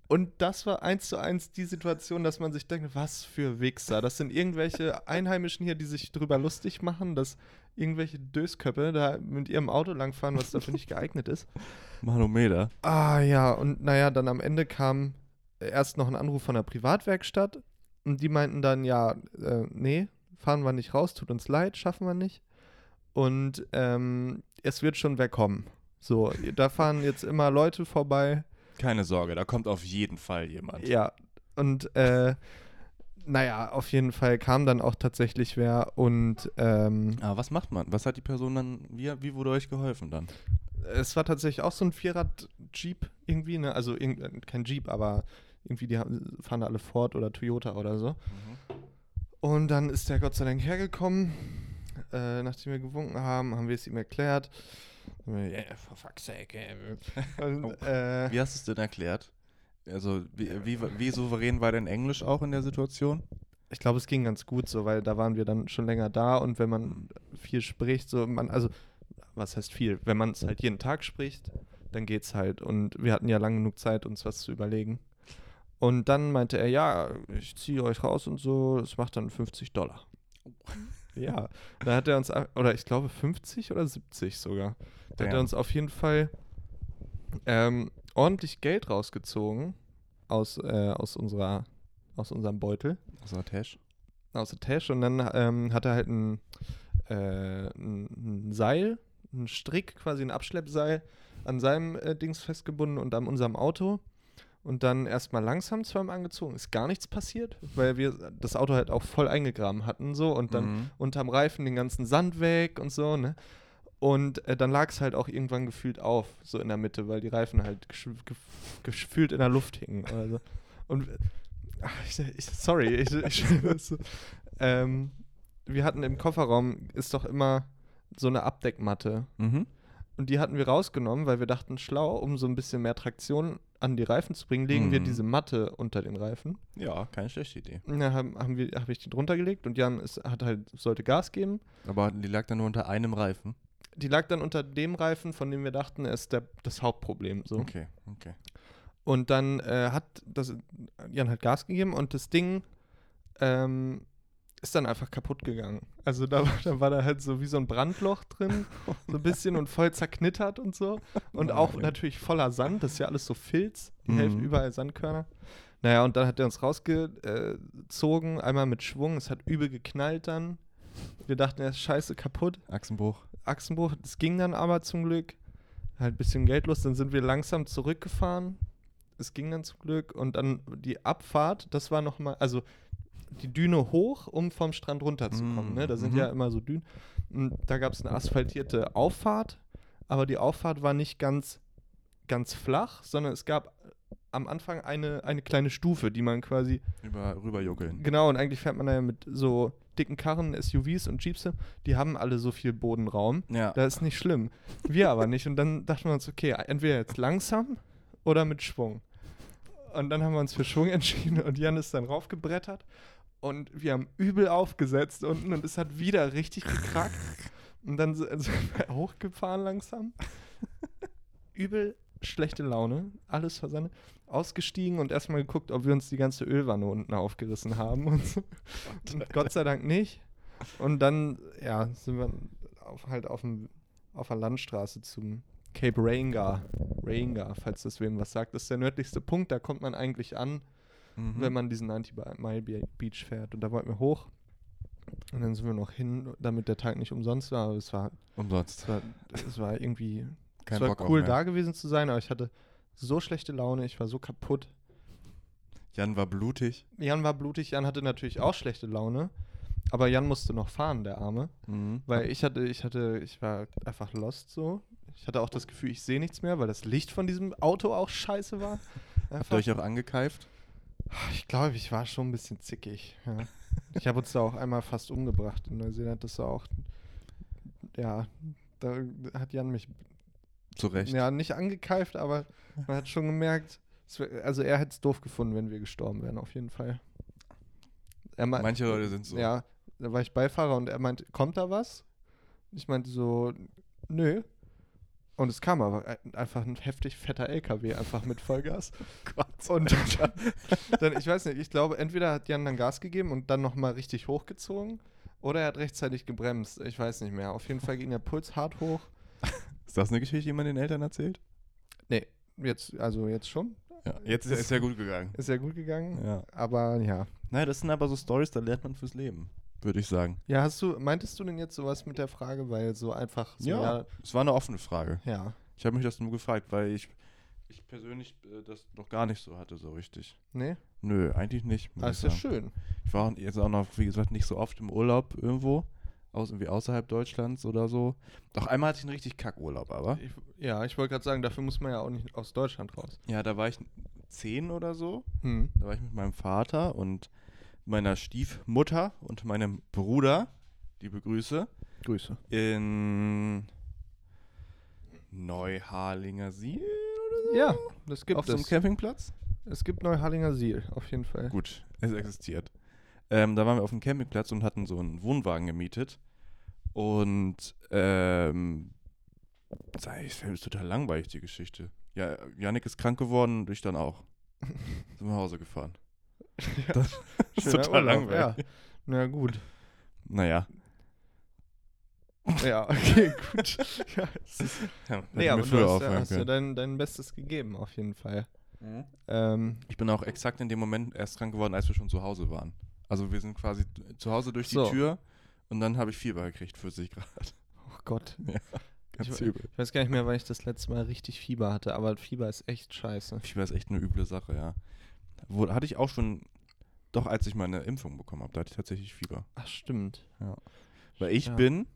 C: Und das war eins zu eins die Situation, dass man sich denkt, was für Wichser. Das sind irgendwelche Einheimischen hier, die sich drüber lustig machen, dass irgendwelche Dösköppe da mit ihrem Auto langfahren, was dafür nicht geeignet ist.
D: Manometer.
C: Ah ja, und naja, dann am Ende kam erst noch ein Anruf von der Privatwerkstatt und die meinten dann, ja, äh, nee, fahren wir nicht raus, tut uns leid, schaffen wir nicht. Und ähm, es wird schon wer kommen. So, da fahren jetzt immer Leute vorbei.
D: Keine Sorge, da kommt auf jeden Fall jemand.
C: Ja, und äh, naja, auf jeden Fall kam dann auch tatsächlich wer und ähm,
D: Aber was macht man? Was hat die Person dann, wie, wie wurde euch geholfen dann?
C: es war tatsächlich auch so ein Vierrad-Jeep irgendwie, ne? Also irgend- kein Jeep, aber irgendwie die haben- fahren da alle Ford oder Toyota oder so. Und dann ist der Gott sei Dank hergekommen. Äh, nachdem wir gewunken haben, haben wir es ihm erklärt. Yeah, for fuck's sake. äh. Und, äh,
D: Wie hast du es denn erklärt? Also, wie, wie, wie souverän war denn Englisch auch in der Situation?
C: ich glaube, es ging ganz gut so, weil da waren wir dann schon länger da und wenn man viel spricht, so man, also was heißt viel? Wenn man es halt jeden Tag spricht, dann geht's halt. Und wir hatten ja lang genug Zeit, uns was zu überlegen. Und dann meinte er, ja, ich ziehe euch raus und so, das macht dann 50 Dollar. Ja, da hat er uns, a- oder ich glaube 50 oder 70 sogar, da hat
D: Ja.
C: er uns auf jeden Fall ähm, ordentlich Geld rausgezogen aus, äh, aus, unserer, aus unserem Beutel
D: Das war Tash.
C: aus der Tasche und dann ähm, hat er halt ein, äh, ein, ein Seil, ein Strick, quasi ein Abschleppseil an seinem äh, Dings festgebunden und an unserem Auto. Und dann erstmal langsam zweimal angezogen. Ist gar nichts passiert, weil wir das Auto halt auch voll eingegraben hatten so und dann
D: Mhm.
C: unterm Reifen den ganzen Sand weg und so, ne? Und äh, dann lag es halt auch irgendwann gefühlt auf, so in der Mitte, weil die Reifen halt gesch ge gefühlt in der Luft hingen oder so. Und äh, ach, ich, ich, sorry, ich, ich ähm, wir hatten im Kofferraum ist doch immer so eine Abdeckmatte
D: Mhm.
C: und die hatten wir rausgenommen, weil wir dachten, schlau, um so ein bisschen mehr Traktion an die Reifen zu bringen, legen wir
D: Mhm.
C: diese Matte unter den Reifen.
D: Ja, keine schlechte Idee.
C: Und dann haben, haben wir, habe ich die drunter gelegt und Jan ist, hat halt sollte Gas geben.
D: Aber die lag dann nur unter einem Reifen.
C: Die lag dann unter dem Reifen, von dem wir dachten, er ist der, das Hauptproblem. So.
D: Okay, okay.
C: Und dann äh, hat das, Jan hat Gas gegeben und das Ding ähm, ist dann einfach kaputt gegangen. Also da, war- da war da halt so wie so ein Brandloch drin, so ein bisschen und voll zerknittert und so. Und auch
D: Oh Nein.
C: natürlich voller Sand, das ist ja alles so Filz, die
D: Mhm.
C: Hälfte überall Sandkörner. Naja, und dann hat er uns rausgezogen, einmal mit Schwung, es hat übel geknallt dann. Wir dachten, er ist scheiße kaputt.
D: Achsenbruch.
C: Achsenbruch. Das ging dann aber zum Glück. Halt ein bisschen Geld los. Dann sind wir langsam zurückgefahren. Es ging dann zum Glück. Und dann die Abfahrt, das war nochmal, also die Düne hoch, um vom Strand runterzukommen.
D: Mm,
C: Ne? Da sind
D: mhm.
C: ja immer so Dünen. Und da gab es eine asphaltierte Auffahrt. Aber die Auffahrt war nicht ganz, ganz flach, sondern es gab am Anfang eine, eine kleine Stufe, die man quasi
D: Über, rüberjuckeln.
C: Genau, und eigentlich fährt man da ja mit so dicken Karren, SUVs und Jeeps, hin, die haben alle so viel Bodenraum.
D: Ja.
C: Da ist nicht schlimm. Wir aber nicht. Und dann dachten wir uns, okay, entweder jetzt langsam oder mit Schwung. Und dann haben wir uns für Schwung entschieden und Jan ist dann raufgebrettert und wir haben übel aufgesetzt unten und es hat wieder richtig gekrackt. Und dann s- also sind wir hochgefahren langsam. Übel schlechte Laune, alles versandet. Ausgestiegen und erstmal geguckt, ob wir uns die ganze Ölwanne unten aufgerissen haben und so. Und Gott sei Dank nicht. Und dann, ja, sind wir auf, halt auf, dem, auf der Landstraße zum Cape Raingar. Raingar, falls das wem was sagt. Das ist der nördlichste Punkt, da kommt man eigentlich an,
D: Mhm.
C: wenn man diesen 90-Mile Beach fährt. Und da wollten wir hoch. Und dann sind wir noch hin, damit der Tag nicht umsonst war. Aber es war,
D: Umsonst.
C: es war, es war irgendwie
D: Kein
C: es war
D: Bock auch
C: cool,
D: mehr.
C: da gewesen zu sein, aber ich hatte so schlechte Laune, ich war so kaputt.
D: Jan war blutig.
C: Jan war blutig, Jan hatte natürlich auch schlechte Laune, aber Jan musste noch fahren, der Arme.
D: Mhm.
C: Weil ich hatte, ich hatte, ich war einfach lost so. Ich hatte auch das Gefühl, ich sehe nichts mehr, weil das Licht von diesem Auto auch scheiße war.
D: Habt
C: Einfach.
D: ihr euch auch angekeift?
C: Ich glaube, ich war schon ein bisschen zickig. Ja. Ich habe uns da auch einmal fast umgebracht in Neuseeland. Das war auch, ja, da hat Jan mich
D: Zu Recht.
C: ja, nicht angekeift, aber man hat schon gemerkt, es wär, also er hätte es doof gefunden, wenn wir gestorben wären, auf jeden Fall. er meint,
D: Manche Leute sind so.
C: ja, da war ich Beifahrer und er meinte, kommt da was? Ich meinte so, nö. Und es kam aber ein- einfach ein heftig fetter LKW einfach mit Vollgas.
D: Oh Gott.
C: Und dann, dann, ich weiß nicht, ich glaube, entweder hat Jan dann Gas gegeben und dann nochmal richtig hochgezogen oder er hat rechtzeitig gebremst. Ich weiß nicht mehr. Auf jeden Fall ging der Puls hart hoch.
D: Ist das eine Geschichte, die man den Eltern erzählt?
C: Nee, jetzt, also jetzt schon.
D: Ja, jetzt ist, ist ja gut gegangen.
C: Ist ja gut gegangen.
D: Ja.
C: Aber ja.
D: Naja, das sind aber so Stories, da lernt man fürs Leben, würde ich sagen.
C: Ja, hast du, meintest du denn jetzt sowas mit der Frage, weil so einfach so, ja.
D: Es war eine offene Frage.
C: Ja.
D: Ich habe mich das nur gefragt, weil ich, ich persönlich äh, das noch gar nicht so hatte, so richtig.
C: Nee?
D: Nö, eigentlich nicht. muss
C: Ah,
D: ich
C: ist ja
D: sagen.
C: schön.
D: Ich war auch jetzt auch noch, wie gesagt, nicht so oft im Urlaub irgendwo. Aus, irgendwie außerhalb Deutschlands oder so. Doch einmal hatte ich einen richtig Kackurlaub, aber.
C: Ich, ja, ich wollte gerade sagen, dafür muss man ja auch nicht aus Deutschland raus.
D: Ja, da war ich zehn oder so.
C: Hm.
D: Da war ich mit meinem Vater und meiner Stiefmutter und meinem Bruder, liebe Grüße,
C: Grüße.
D: in Neuharlinger See oder so.
C: Ja, das gibt
D: Auf so einem
C: es.
D: Campingplatz?
C: es gibt Neuharlinger Siel, auf jeden Fall.
D: Gut, es existiert. Ähm, da waren wir auf dem Campingplatz und hatten so einen Wohnwagen gemietet. Und ähm, sei- es ist total langweilig, die Geschichte. Ja, Janik ist krank geworden und ich dann auch. Sind wir nach Hause gefahren. Das ist
C: Schöner
D: total
C: Urlaub,
D: langweilig.
C: Ja. Na gut.
D: Naja.
C: Ja, okay, gut. ja, es ist,
D: Ja,
C: nee,
D: hätte mir
C: aber du
D: früher
C: hast, ja-
D: aufhören
C: hast ja
D: können.
C: dein, dein Bestes gegeben, auf jeden Fall. Ähm,
D: Ich bin auch exakt in dem Moment erst krank geworden, als wir schon zu Hause waren. Also wir sind quasi t- zu Hause durch
C: So.
D: die Tür und dann habe ich Fieber gekriegt, 40 Grad.
C: oh Gott.
D: Ganz
C: ich,
D: übel.
C: ich weiß gar nicht mehr, wann ich das letzte Mal richtig Fieber hatte, aber Fieber ist echt scheiße.
D: Fieber ist echt eine üble Sache, ja. Wo, hatte ich auch schon, doch als ich meine Impfung bekommen habe, da hatte ich tatsächlich Fieber.
C: Ach, stimmt.
D: Weil ich
C: Ja.
D: bin,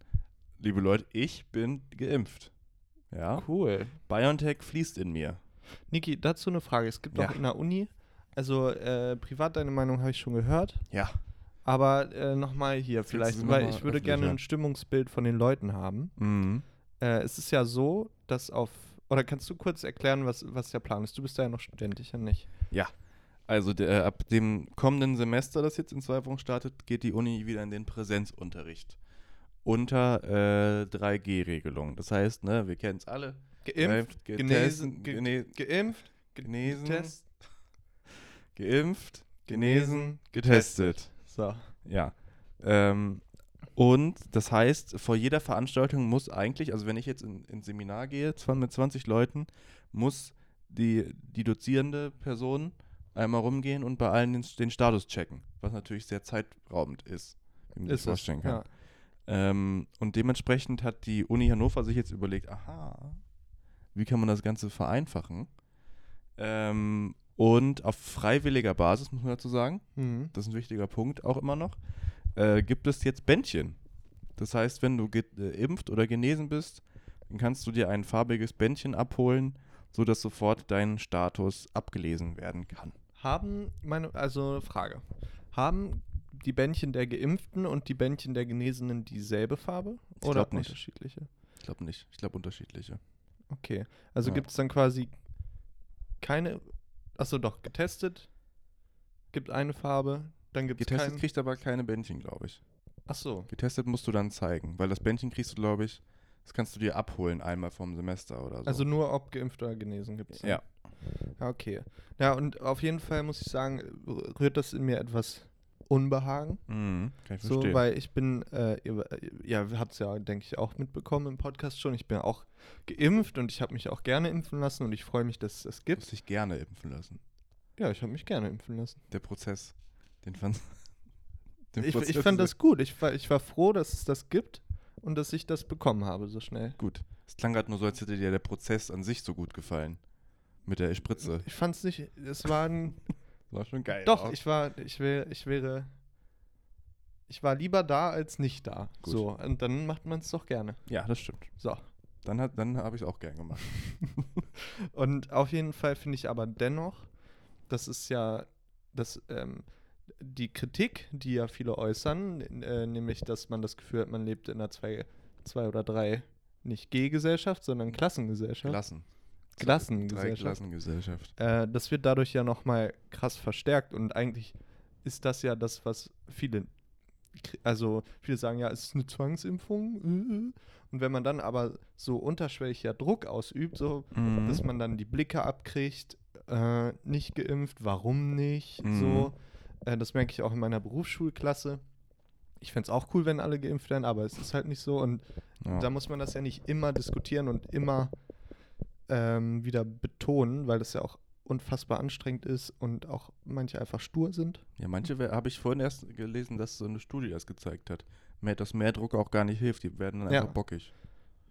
D: liebe Leute, ich bin geimpft. Ja.
C: Cool.
D: BioNTech fließt in mir.
C: Niki, dazu eine Frage. Es gibt
D: Ja.
C: auch in der Uni, also äh, privat deine Meinung habe ich schon gehört,
D: Ja.
C: aber äh, nochmal hier
D: Jetzt
C: vielleicht,
D: sind wir
C: weil
D: mal
C: ich würde
D: öffentlich,
C: gerne
D: ja.
C: ein Stimmungsbild von den Leuten haben.
D: Mhm.
C: Äh, es ist ja so, dass auf, oder kannst du kurz erklären, was, was der Plan ist? Du bist ja noch Student, ich ja nicht.
D: Also der, ab dem kommenden Semester, das jetzt in zwei Wochen startet, geht die Uni wieder in den Präsenzunterricht. Unter äh, 3G-Regelung. Das heißt, ne, wir kennen es alle.
C: Geimpft,
D: Ge- testen,
C: genesen, ge-
D: gene-
C: geimpft,
D: genesen,
C: getest-
D: geimpft, genesen, getestet.
C: so.
D: Ja. Ähm, und das heißt, vor jeder Veranstaltung muss eigentlich, also wenn ich jetzt in- ins Seminar gehe, zwar mit 20 Leuten, muss die, die dozierende Person einmal rumgehen und bei allen den, den Status checken, was natürlich sehr zeitraubend ist, wie man sich
C: Ist es,
D: vorstellen kann.
C: ja.
D: Ähm, und dementsprechend hat die Uni Hannover sich jetzt überlegt, aha, wie kann man das Ganze vereinfachen? Ähm, und auf freiwilliger Basis, muss man dazu sagen,
C: Mhm.
D: das ist ein wichtiger Punkt auch immer noch, äh, gibt es jetzt Bändchen. Das heißt, wenn du äh, geimpft oder genesen bist, dann kannst du dir ein farbiges Bändchen abholen, sodass sofort dein Status abgelesen werden kann.
C: Haben, meine, also Frage, haben die Bändchen der Geimpften und die Bändchen der Genesenen dieselbe Farbe?
D: Ich
C: oder
D: glaub nicht.
C: unterschiedliche?
D: Ich glaube nicht. Ich glaube unterschiedliche.
C: Okay, also
D: Ja.
C: gibt es dann quasi keine, achso doch, getestet, gibt eine Farbe, dann gibt es
D: Getestet
C: keine.
D: kriegt aber keine Bändchen, glaube ich.
C: Achso,
D: Getestet musst du dann zeigen, weil das Bändchen kriegst du, glaube ich, das kannst du dir abholen einmal vom Semester oder so.
C: also nur ob geimpft oder genesen gibt es.
D: ja.
C: Ja, okay. Ja, und auf jeden Fall muss ich sagen, rührt das in mir etwas Unbehagen.
D: Mhm. Kann ich
C: So,
D: verstehen.
C: weil ich bin, äh, ihr, ihr habt es ja, denke ich, auch mitbekommen im Podcast schon. Ich bin auch geimpft und ich habe mich auch gerne impfen lassen und ich freue mich, dass es das
D: du
C: gibt.
D: musst dich gerne impfen lassen.
C: Ja, ich habe mich gerne impfen lassen.
D: Der Prozess, den fand den
C: Ich, ich
D: Prozess-
C: fand das gut. Ich war, ich war froh, dass es das gibt und dass ich das bekommen habe so schnell.
D: Gut. Es klang gerade nur so, als hätte dir der Prozess an sich so gut gefallen. Mit der Spritze.
C: Ich fand es nicht, es war ein,
D: War schon geil.
C: doch,
D: auch.
C: ich war, ich wäre, ich wäre, ich war lieber da als nicht da.
D: Gut.
C: So, und dann macht man es doch gerne.
D: Ja, das stimmt.
C: So.
D: Dann, hat- dann habe ich es auch gern gemacht.
C: Und auf jeden Fall finde ich aber dennoch, das ist ja das, ähm, die Kritik, die ja viele äußern, n- äh, nämlich, dass man das Gefühl hat, man lebt in einer zwei, zwei oder drei, nicht G-Gesellschaft, sondern Klassengesellschaft.
D: Klassen. Drei
C: Klassengesellschaft.
D: Klassengesellschaft.
C: Äh, das wird dadurch ja nochmal krass verstärkt und eigentlich ist das ja das, was viele, kri- also viele sagen ja, es ist eine Zwangsimpfung. äh, äh. Und wenn man dann aber so unterschwellig ja Druck ausübt, so
D: Mhm.
C: dass man dann die Blicke abkriegt, äh, nicht geimpft, warum nicht,
D: Mhm.
C: so. Äh, das merke ich auch in meiner Berufsschulklasse. Ich fände es auch cool, wenn alle geimpft wären, aber es ist halt nicht so. Und
D: Ja.
C: da muss man das ja nicht immer diskutieren und immer ähm, wieder betonen, weil das ja auch unfassbar anstrengend ist und auch manche einfach stur sind.
D: Ja, manche we- habe ich vorhin erst gelesen, dass so eine Studie das gezeigt hat. Mehr, dass mehr Druck auch gar nicht hilft, die werden dann
C: Ja.
D: einfach bockig.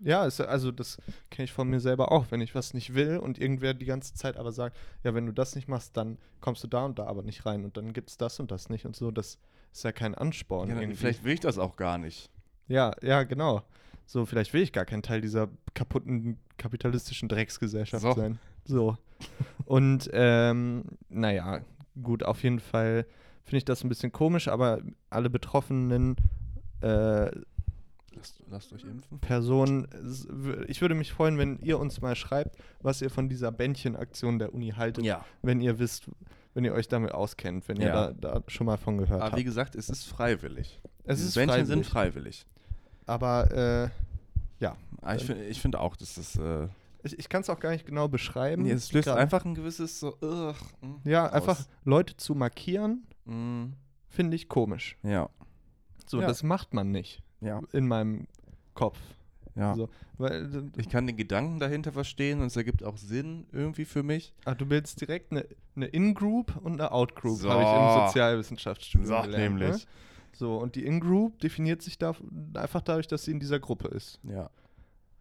C: Ja, ist, also das kenne ich von mir selber auch. Wenn ich was nicht will und irgendwer die ganze Zeit aber sagt, ja, wenn du das nicht machst, dann kommst du da und da aber nicht rein und dann gibt es das und das nicht und so, das ist ja kein Ansporn.
D: Ja, dann,
C: irgendwie.
D: vielleicht will ich das auch gar nicht.
C: ja, ja, genau. So, vielleicht will ich gar kein Teil dieser kaputten kapitalistischen Drecksgesellschaft
D: So.
C: sein. So. Und ähm, naja, gut, auf jeden Fall finde ich das ein bisschen komisch, aber alle Betroffenen äh,
D: Lasst, lasst euch impfen.
C: Personen. es wü- Ich würde mich freuen, wenn ihr uns mal schreibt, was ihr von dieser Bändchenaktion der Uni haltet,
D: Ja.
C: wenn ihr wisst, wenn ihr euch damit auskennt, wenn ihr
D: Ja.
C: da, da schon mal von gehört
D: Aber wie
C: habt.
D: gesagt, es ist freiwillig.
C: Es
D: Diese
C: ist
D: Bändchen
C: freiwillig,
D: sind freiwillig.
C: aber äh, ja,
D: Aber Ah, ich
C: Ähm.
D: finde ich find auch, dass das. Äh,
C: ich, ich kann es auch gar nicht genau beschreiben.
D: nee, es löst
C: Grad-
D: einfach ein gewisses so. ugh, mm,
C: Ja,
D: aus.
C: einfach Leute zu markieren,
D: Mm,
C: finde ich komisch.
D: ja.
C: So,
D: Ja.
C: das macht man nicht
D: Ja.
C: in meinem Kopf.
D: ja.
C: So, weil, äh,
D: Ich kann den Gedanken dahinter verstehen und es ergibt auch Sinn irgendwie für mich.
C: ah, du bildest direkt eine, eine In-Group und eine Out-Group,
D: So.
C: habe ich im Sozialwissenschaftsstudium
D: So,
C: gelernt. Ne?
D: nämlich.
C: So, und die In-Group definiert sich da einfach dadurch, dass sie in dieser Gruppe ist.
D: Ja.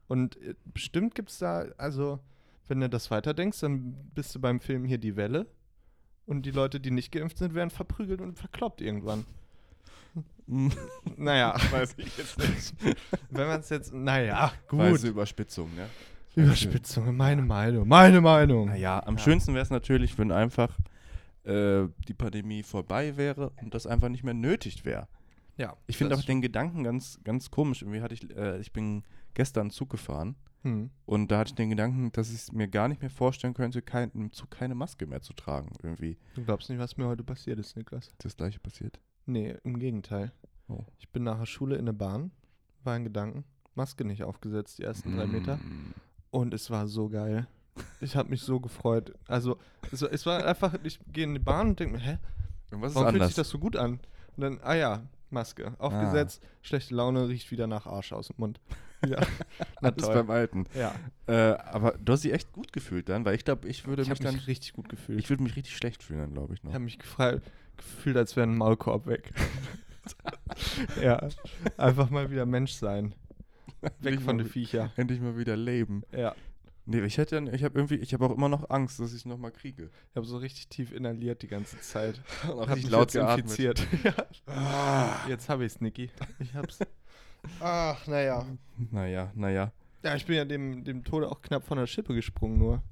C: Und äh, bestimmt gibt es da, also, wenn du das weiterdenkst, dann bist du beim Film hier die Welle. Und die Leute, die nicht geimpft sind, werden verprügelt und verkloppt irgendwann.
D: Mm,
C: Naja,
D: Weiß ich jetzt nicht.
C: wenn man es jetzt, naja, gut.
D: Weiße Überspitzung, ne?
C: Überspitzung, meine Meinung, meine Meinung.
D: Naja, ähm, am schönsten wäre es natürlich, wenn einfach äh, die Pandemie vorbei wäre und das einfach nicht mehr nötig wäre.
C: ja
D: Ich finde
C: das-
D: auch den Gedanken ganz, ganz komisch. Irgendwie hatte ich, äh, ich bin gestern Zug gefahren
C: Hm.
D: und da hatte ich den Gedanken, dass ich es mir gar nicht mehr vorstellen könnte, kein, im Zug keine Maske mehr zu tragen. Irgendwie
C: Du glaubst nicht, was mir heute passiert ist, Niklas.
D: ist das gleiche passiert.
C: Nee, im Gegenteil.
D: Oh.
C: Ich bin nach der Schule in der Bahn, war in Gedanken, Maske nicht aufgesetzt, die ersten drei Meter.
D: Mm.
C: Und es war so geil. Ich habe mich so gefreut. Also, es, war- es war einfach, ich gehe in die Bahn und denke mir, hä,
D: Irgendwas
C: warum
D: ist
C: fühlt
D: anders.
C: sich das so gut an? Und dann, ah ja, Maske, aufgesetzt, schlechte Laune, riecht wieder nach Arsch aus dem Mund. Ja, na
D: Alles
C: toll.
D: beim Alten.
C: Ja,
D: Äh, aber du hast dich echt gut gefühlt dann, weil ich glaube, ich würde
C: ich
D: mich
C: habe
D: dann.
C: mich richtig gut gefühlt.
D: ich würde mich richtig schlecht fühlen, dann glaube ich noch.
C: Ich habe mich gefrei- gefühlt, als wäre ein Maulkorb weg. ja, einfach mal wieder Mensch sein. Weg
D: Nicht
C: von
D: mal-
C: den Viecher.
D: Endlich mal wieder leben.
C: Ja,
D: Nee, ich hätte dann, ich habe irgendwie, ich habe auch immer noch Angst, dass ich es nochmal kriege.
C: ich habe so richtig tief inhaliert die ganze Zeit.
D: Und
C: Hab
D: auch richtig
C: mich
D: laut
C: jetzt
D: geatmet.
C: infiziert. ja. Jetzt habe ich's, Niki. Ich hab's. Ach, naja.
D: Naja, naja.
C: Ja, ich bin ja dem, dem Tode auch knapp von der Schippe gesprungen, nur.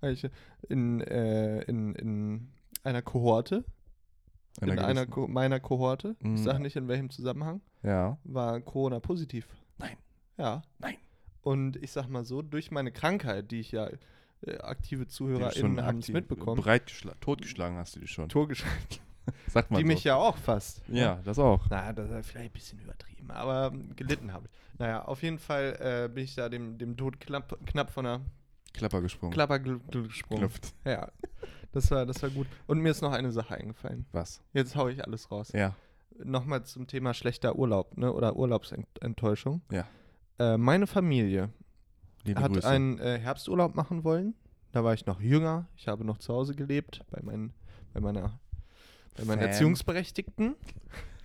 C: Weil ich in, äh, in, in einer Kohorte, in einer
D: gewissen-
C: Ko meiner Kohorte,
D: Mhm.
C: ich sage nicht in welchem Zusammenhang,
D: Ja.
C: war Corona positiv.
D: Nein.
C: Ja.
D: Nein.
C: Und ich sag mal so, durch meine Krankheit, die ich ja äh, aktive
D: Die du
C: ZuhörerInnen haben es
D: aktiv-
C: mitbekommen,
D: breitgeschla- totgeschlagen hast du die schon.
C: Torgesch-
D: Sagt man
C: die
D: so.
C: mich ja auch fast.
D: ja, das auch.
C: Na, das ist vielleicht ein bisschen übertrieben, aber ähm, gelitten habe ich. Naja, auf jeden Fall äh, bin ich da dem, dem Tod knapp, knapp von der
D: Klapper gesprungen.
C: Klapper gl- gl- gesprungen.
D: Klopft.
C: Ja, das war, das war gut. Und mir ist noch eine Sache eingefallen.
D: Was?
C: Jetzt hau ich alles raus.
D: Ja.
C: Nochmal zum Thema schlechter Urlaub ne? oder Urlaubsenttäuschung.
D: Ja.
C: Äh, meine Familie
D: Liebe
C: hat
D: Grüße.
C: einen äh, Herbsturlaub machen wollen. Da war ich noch jünger. Ich habe noch zu Hause gelebt bei, meinen, bei meiner bei meinen
D: Fan.
C: Erziehungsberechtigten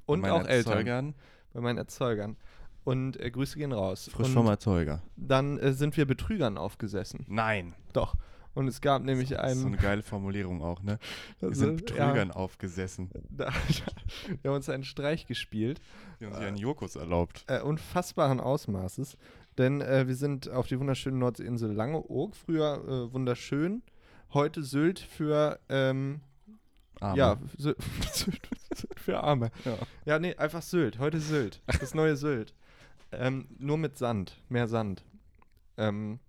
C: und
D: Meine
C: auch Eltern.
D: Zeugern,
C: Bei meinen Erzeugern. Und äh, Grüße gehen raus.
D: Frisch
C: und
D: vom Erzeuger.
C: dann äh, sind wir Betrügern aufgesessen.
D: Nein.
C: Doch. Und es gab nämlich
D: Das ist so eine
C: einen.
D: geile Formulierung auch, ne? Wir sind Betrügern aufgesessen.
C: Ja, da, wir haben uns einen Streich gespielt.
D: Die haben sich einen Jokus erlaubt.
C: äh, unfassbaren Ausmaßes. Denn äh, wir sind auf die wunderschöne Nordseeinsel Langeoog, früher äh, wunderschön, heute Sylt für, ähm,
D: Arme.
C: ja, Sylt, Sylt für Arme.
D: Ja.
C: Ja, nee, einfach Sylt, heute Sylt, das neue Sylt. Ähm, nur mit Sand, mehr Sand. Ähm,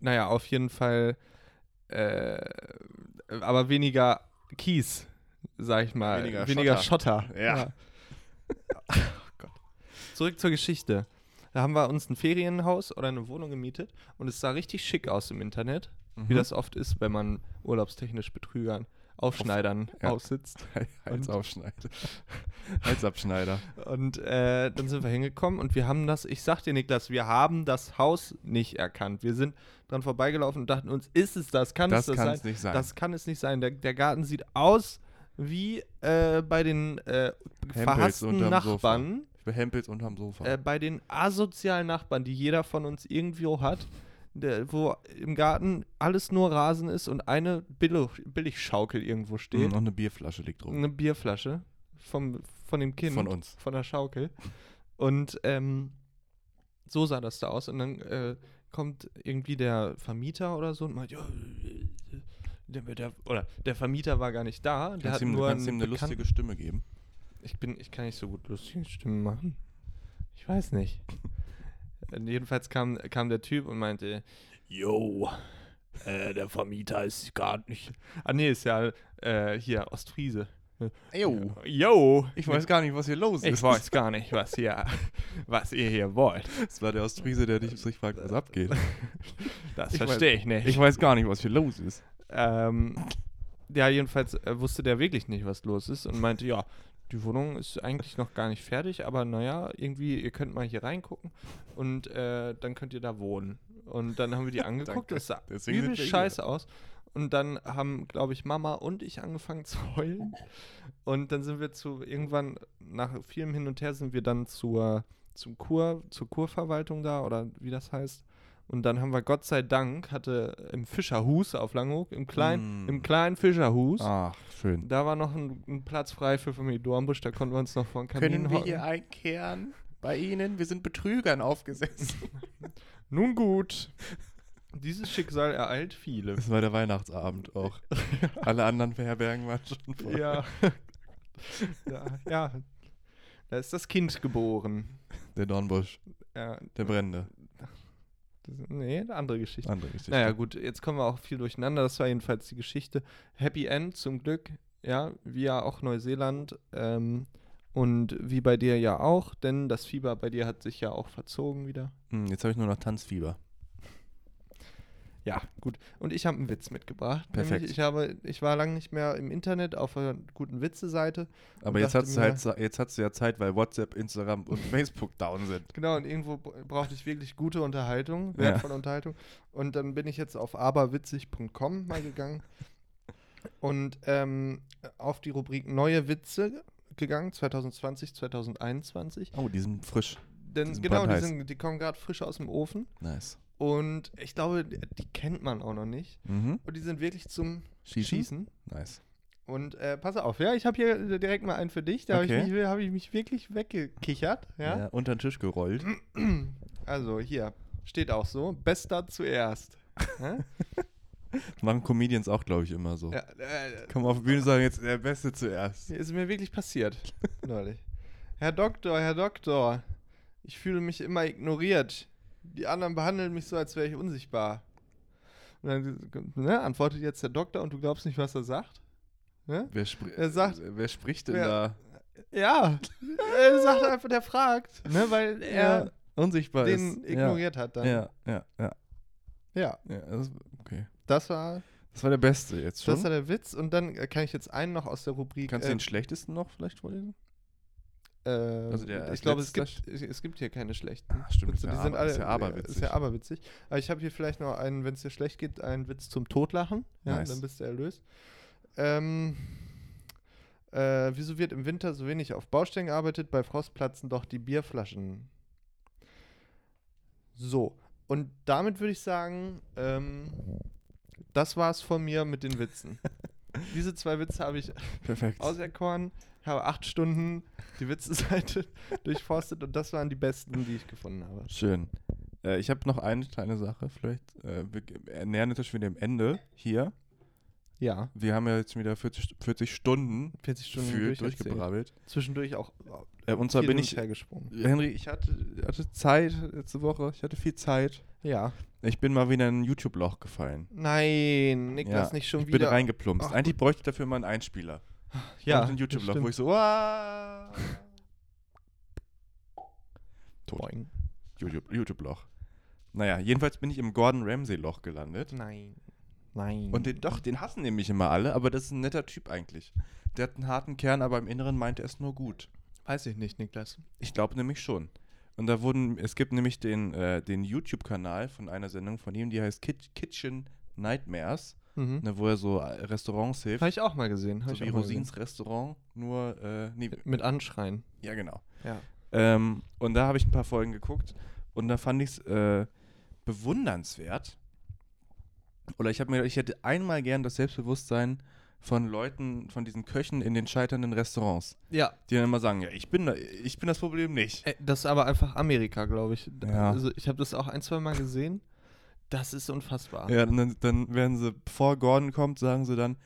C: naja, auf jeden Fall, äh, aber weniger Kies, sag ich mal,
D: Weniger
C: weniger,
D: Schotter.
C: Schotter.
D: Ja.
C: oh Gott. Zurück zur Geschichte. Da haben wir uns ein Ferienhaus oder eine Wohnung gemietet und es sah richtig schick aus im Internet,
D: Mhm.
C: wie das oft ist, wenn man urlaubstechnisch Betrügern, Aufschneidern
D: ja.
C: aussitzt.
D: Halsabschneider. Halsabschneider.
C: Und äh, dann sind wir hingekommen und wir haben das, ich sag dir, Niklas, wir haben das Haus nicht erkannt. Wir sind dran vorbeigelaufen und dachten uns, ist es das? Kann
D: Das
C: es das
D: kann
C: sein?
D: es nicht sein.
C: Das kann es nicht sein. Der, der Garten sieht aus wie äh, bei den äh, verhassten
D: unterm
C: Nachbarn,
D: Sofa. Bei Hempels unterm Sofa.
C: äh, bei den asozialen Nachbarn, die jeder von uns irgendwo hat, der, wo im Garten alles nur Rasen ist und eine Billo- Billigschaukel irgendwo
D: Mhm,
C: steht.
D: noch eine Bierflasche liegt rum.
C: Eine Bierflasche vom, von dem Kind.
D: Von uns.
C: Von der Schaukel. Und ähm, so sah das da aus. Und dann äh, kommt irgendwie der Vermieter oder so und meint, ja, äh, der, der, oder der Vermieter war gar nicht da. Der
D: Kannst
C: hat
D: ihm,
C: nur
D: kannst ihm
C: einen
D: eine
C: Bekannten-
D: lustige Stimme geben.
C: ich bin, ich kann nicht so gut lustige Stimmen machen. Ich weiß nicht. Äh, Jedenfalls kam, kam der Typ und meinte,
B: Yo, äh, der Vermieter ist gar nicht.
C: ah nee, ist ja äh, hier Ostfriese.
D: Jo.
C: Yo,
D: Ich weiß gar nicht, was hier los ist.
C: ich weiß gar nicht, was ihr, was ihr hier wollt.
D: Das war der Ostfriese, der dich sich fragt, was abgeht.
C: Das
D: Ich weiß-
C: verstehe ich nicht.
D: Ich weiß gar nicht, was hier los ist.
C: Ähm, ja, jedenfalls äh, wusste der wirklich nicht, was los ist und meinte, ja, die Wohnung ist eigentlich noch gar nicht fertig, aber naja, irgendwie, ihr könnt mal hier reingucken und äh, dann könnt ihr da wohnen. Und dann haben wir die angeguckt,
D: Danke.
C: das sah
D: Deswegen sind
C: übel
D: wir hier.
C: scheiße aus. Und dann haben, glaube ich, Mama und ich angefangen zu heulen. Und dann sind wir zu, irgendwann, nach vielem Hin und Her, sind wir dann zur, zum Kur, zur Kurverwaltung da oder wie das heißt. Und dann haben wir Gott sei Dank, hatte im Fischerhus auf Langhoek, im
D: Mm.
C: kleinen,
D: Ah.
C: im kleinen Fischerhus,
D: Ach, schön.
C: da war noch ein, ein Platz frei für Familie Dornbusch, da konnten wir uns noch vor den Kamin hocken.
D: einkehren? Bei Ihnen? Wir sind Betrügern aufgesessen.
C: Nun gut. Dieses Schicksal ereilt viele.
D: Das war der Weihnachtsabend auch. Alle anderen Herbergen waren schon voll.
C: Ja. ja. Ja. Da ist das Kind geboren.
D: Der Dornbusch,
C: Ja,
D: der Brände.
C: das, nee, eine andere Geschichte.
D: Andere Geschichte.
C: Naja, gut, jetzt kommen wir auch viel durcheinander. Das war jedenfalls die Geschichte. Happy End zum Glück. Ja, wie ja auch Neuseeland. Ähm, und wie bei dir ja auch, denn das Fieber bei dir hat sich ja auch verzogen wieder.
D: Hm, Jetzt habe ich nur noch Tanzfieber.
C: Ja, gut. Und ich habe einen Witz mitgebracht.
D: Perfekt.
C: Nämlich, ich, habe, ich war lange nicht mehr im Internet auf einer guten Witze-Seite.
D: Aber
C: Und
D: jetzt
C: dachte
D: hast, du
C: mir-
D: halt, Ze- jetzt hast du ja Zeit, weil WhatsApp, Instagram und Facebook down sind.
C: Genau, und irgendwo b- brauchte ich wirklich gute Unterhaltung, wertvolle Unterhaltung. Und dann bin ich jetzt auf aberwitzig.com mal gegangen und ähm, auf die Rubrik Neue Witze gegangen, 2020, 2021.
D: Oh, die sind frisch.
C: Denn
D: Die sind
C: genau, die,
D: brandheiß.
C: sind, die kommen gerade frisch aus dem Ofen.
D: Nice.
C: Und ich glaube, die kennt man auch noch nicht.
D: Mhm.
C: Und die sind wirklich zum
D: Schießen?
C: Schießen.
D: Nice.
C: Und äh, pass auf, ja, ich habe hier direkt mal einen für dich. Da
D: Okay.
C: habe ich, mich- hab ich mich wirklich weggekichert. Ja?
D: Ja, unter den Tisch gerollt.
C: Also hier steht auch so: Bester zuerst. ja?
D: Machen Comedians auch, glaube ich, immer so.
C: Ja, äh,
D: Kommen auf die Bühne und sagen jetzt der Beste zuerst.
C: ist mir wirklich passiert neulich. Herr Doktor, Herr Doktor, ich fühle mich immer ignoriert. Die anderen behandeln mich so, als wäre ich unsichtbar. Und dann ne, antwortet jetzt der Doktor und du glaubst nicht, was er sagt? Ne?
D: Wer, spri
C: Er sagt-
D: wer spricht denn
C: Wer-
D: da?
C: Ja, er sagt einfach, der fragt, ne, weil er
D: unsichtbar
C: den
D: ist.
C: ignoriert hat
D: ja.
C: dann.
D: ja, ja, ja,
C: ja.
D: ja. Das, okay.
C: Das war,
D: Das war der Beste jetzt schon.
C: das war der Witz. Und dann äh, kann ich jetzt einen noch aus der Rubrik.
D: Kannst du
C: äh,
D: den schlechtesten noch vielleicht vorlesen?
C: äh,
D: also der als
C: ich glaube, es
D: letzter
C: gibt, es gibt hier keine schlechten.
D: Ah, stimmt,
C: Witze,
D: ist ja
C: die sind
D: aber-
C: alle,
D: ist ja aberwitzig.
C: Ist ja aberwitzig. Aber ich habe hier vielleicht noch einen, wenn es dir schlecht geht, einen Witz zum Totlachen. Ja,
D: Nice.
C: Dann bist du erlöst. Ähm, äh, wieso wird im Winter so wenig auf Baustellen gearbeitet? Bei Frost platzen doch die Bierflaschen. So, und damit würde ich sagen, ähm, das war's von mir mit den Witzen. Diese zwei Witze habe ich
D: Perfekt.
C: auserkoren, habe acht Stunden die Witze-Seite durchforstet und das waren die besten, die ich gefunden habe.
D: Schön. Äh, ich habe noch eine kleine Sache vielleicht. Äh, wir ge- wir nähern uns schon wieder dem Ende hier.
C: Ja.
D: Wir haben ja jetzt schon wieder 40, St- 40 Stunden
C: 40 Stunden
D: gefühlt
C: durcherzählt.
D: durchgebrabbelt.
C: Zwischendurch auch
D: Äh, und zwar bin ich,
C: hergesprungen.
D: Henry, ich hatte, hatte Zeit letzte Woche. Ich hatte viel Zeit.
C: Ja.
D: Ich bin mal wieder in ein YouTube-Loch gefallen.
C: Nein, Niklas,
D: Ja,
C: nicht schon
D: ich
C: wieder.
D: bin reingeplumpt.
C: Ach,
D: Eigentlich bräuchte ich dafür mal einen Einspieler. und ein
C: das
D: YouTube-Loch, wo
C: stimmt.
D: ich so, "Uah."
C: Boing.
D: YouTube- YouTube-Loch. naja, jedenfalls bin ich im Gordon Ramsay-Loch gelandet.
C: Nein. Nein.
D: Und den, doch, den hassen nämlich immer alle, aber das ist ein netter Typ eigentlich. Der hat einen harten Kern, aber im Inneren meint er es nur gut.
C: Weiß ich nicht, Niklas.
D: Ich glaube nämlich schon. Und da wurden, es gibt nämlich den, äh, den YouTube-Kanal von einer Sendung von ihm, die heißt Kit Kitchen Nightmares,
C: Mhm.
D: ne, wo er so äh, Restaurants hilft.
C: Habe ich auch mal gesehen. hab
D: so
C: ich
D: wie
C: auch mal
D: Rosins Restaurant, nur, äh, nee,
C: gesehen. Mit Anschreien.
D: ja genau.
C: Ja.
D: Ähm, und da habe ich ein paar Folgen geguckt und da fand ich es äh, bewundernswert. Oder ich habe mir, ich hätte einmal gern das Selbstbewusstsein von Leuten, von diesen Köchen in den scheiternden Restaurants,
C: Ja,
D: die dann immer sagen, ja, ich bin, da- ich bin das Problem nicht.
C: Äh, Das ist aber einfach Amerika, glaube ich. D-
D: Ja.
C: Also ich habe das auch ein, zwei Mal gesehen. Das ist unfassbar.
D: Ja, und dann, dann werden sie, bevor Gordon kommt, sagen sie dann,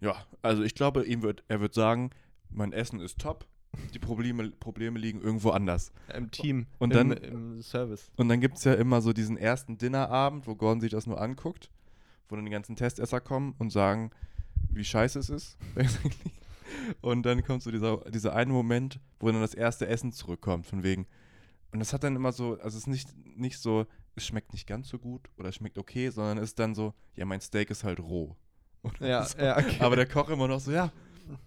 D: ja, also ich glaube, ihm wird, er wird sagen, mein Essen ist top, die Probleme, Probleme liegen irgendwo anders.
C: Im Team.
D: Und
C: im,
D: dann-
C: im Service.
D: Und dann gibt es ja immer so diesen ersten Dinnerabend, wo Gordon sich das nur anguckt, wo dann die ganzen Testesser kommen und sagen, wie scheiße es ist, basically. Und dann kommt so dieser, dieser eine Moment, wo dann das erste Essen zurückkommt, von wegen. Und das hat dann immer so, also es ist nicht, nicht so, es schmeckt nicht ganz so gut oder es schmeckt okay, sondern es ist dann so, ja, mein Steak ist halt roh. Oder
C: Ja,
D: so.
C: ja, okay.
D: Aber der Koch immer noch so, ja,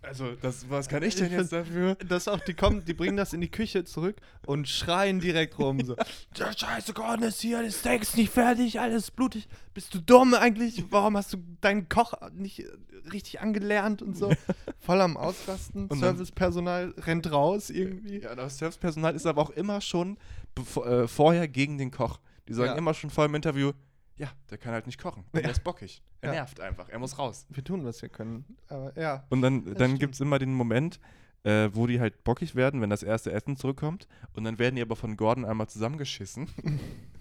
D: also das, was kann ich denn jetzt dafür?
C: das auch, die kommen, die bringen das in die Küche zurück und schreien direkt rum. So, "Der Scheiße, Gordon ist hier, das Steak ist nicht fertig, alles blutig. Bist du dumm eigentlich? Warum hast du deinen Koch nicht äh, richtig angelernt und so? Voll am Ausrasten.
D: Und dann-
C: Servicepersonal rennt raus irgendwie.
D: Ja, das Servicepersonal ist aber auch immer schon bevor, äh, vorher gegen den Koch. Die sagen
C: Ja.
D: immer schon vor dem Interview, ja, der kann halt nicht kochen. Der ist bockig. Er
C: Ja.
D: nervt einfach. Er muss raus.
C: Wir tun, was wir können. Aber ja.
D: Und dann, dann
C: stimmt.
D: gibt es immer den Moment, äh, wo die halt bockig werden, wenn das erste Essen zurückkommt. Und dann werden die aber von Gordon einmal zusammengeschissen.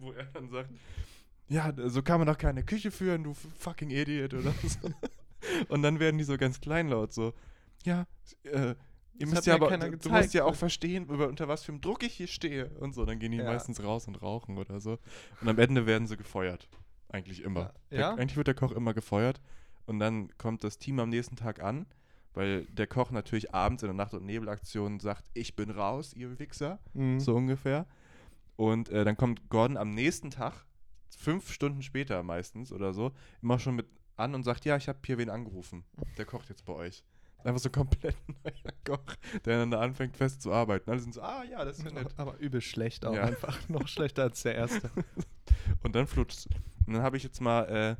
D: wo er dann sagt, ja, so kann man doch keine Küche führen, du fucking Idiot oder so. Und dann werden die so ganz kleinlaut so, ja, äh, ihr
C: Das
D: müsst
C: hat
D: ja
C: mir
D: aber,
C: keiner
D: du
C: gezeigt. ne?
D: musst ja auch verstehen, über, unter was für einem Druck ich hier stehe und so. Dann gehen die
C: Ja.
D: meistens raus und rauchen oder so. Und am Ende werden sie gefeuert. Eigentlich immer.
C: Ja.
D: Der,
C: Ja?
D: Eigentlich wird der Koch immer gefeuert. Und dann kommt das Team am nächsten Tag an, weil der Koch natürlich abends in der Nacht- und Nebelaktion sagt, ich bin raus, ihr Wichser,
C: Mhm.
D: so ungefähr. Und äh, dann kommt Gordon am nächsten Tag, fünf Stunden später meistens oder so, immer schon mit an und sagt, ja, ich habe hier wen angerufen. Der kocht jetzt bei euch. Einfach so komplett neuer Koch, der dann da anfängt festzuarbeiten. Alle sind so, ah ja, das ist ja nett.
C: Aber übel schlecht auch
D: Ja.
C: einfach. Noch schlechter als der erste.
D: Und dann flutscht. Und dann habe ich jetzt mal, äh,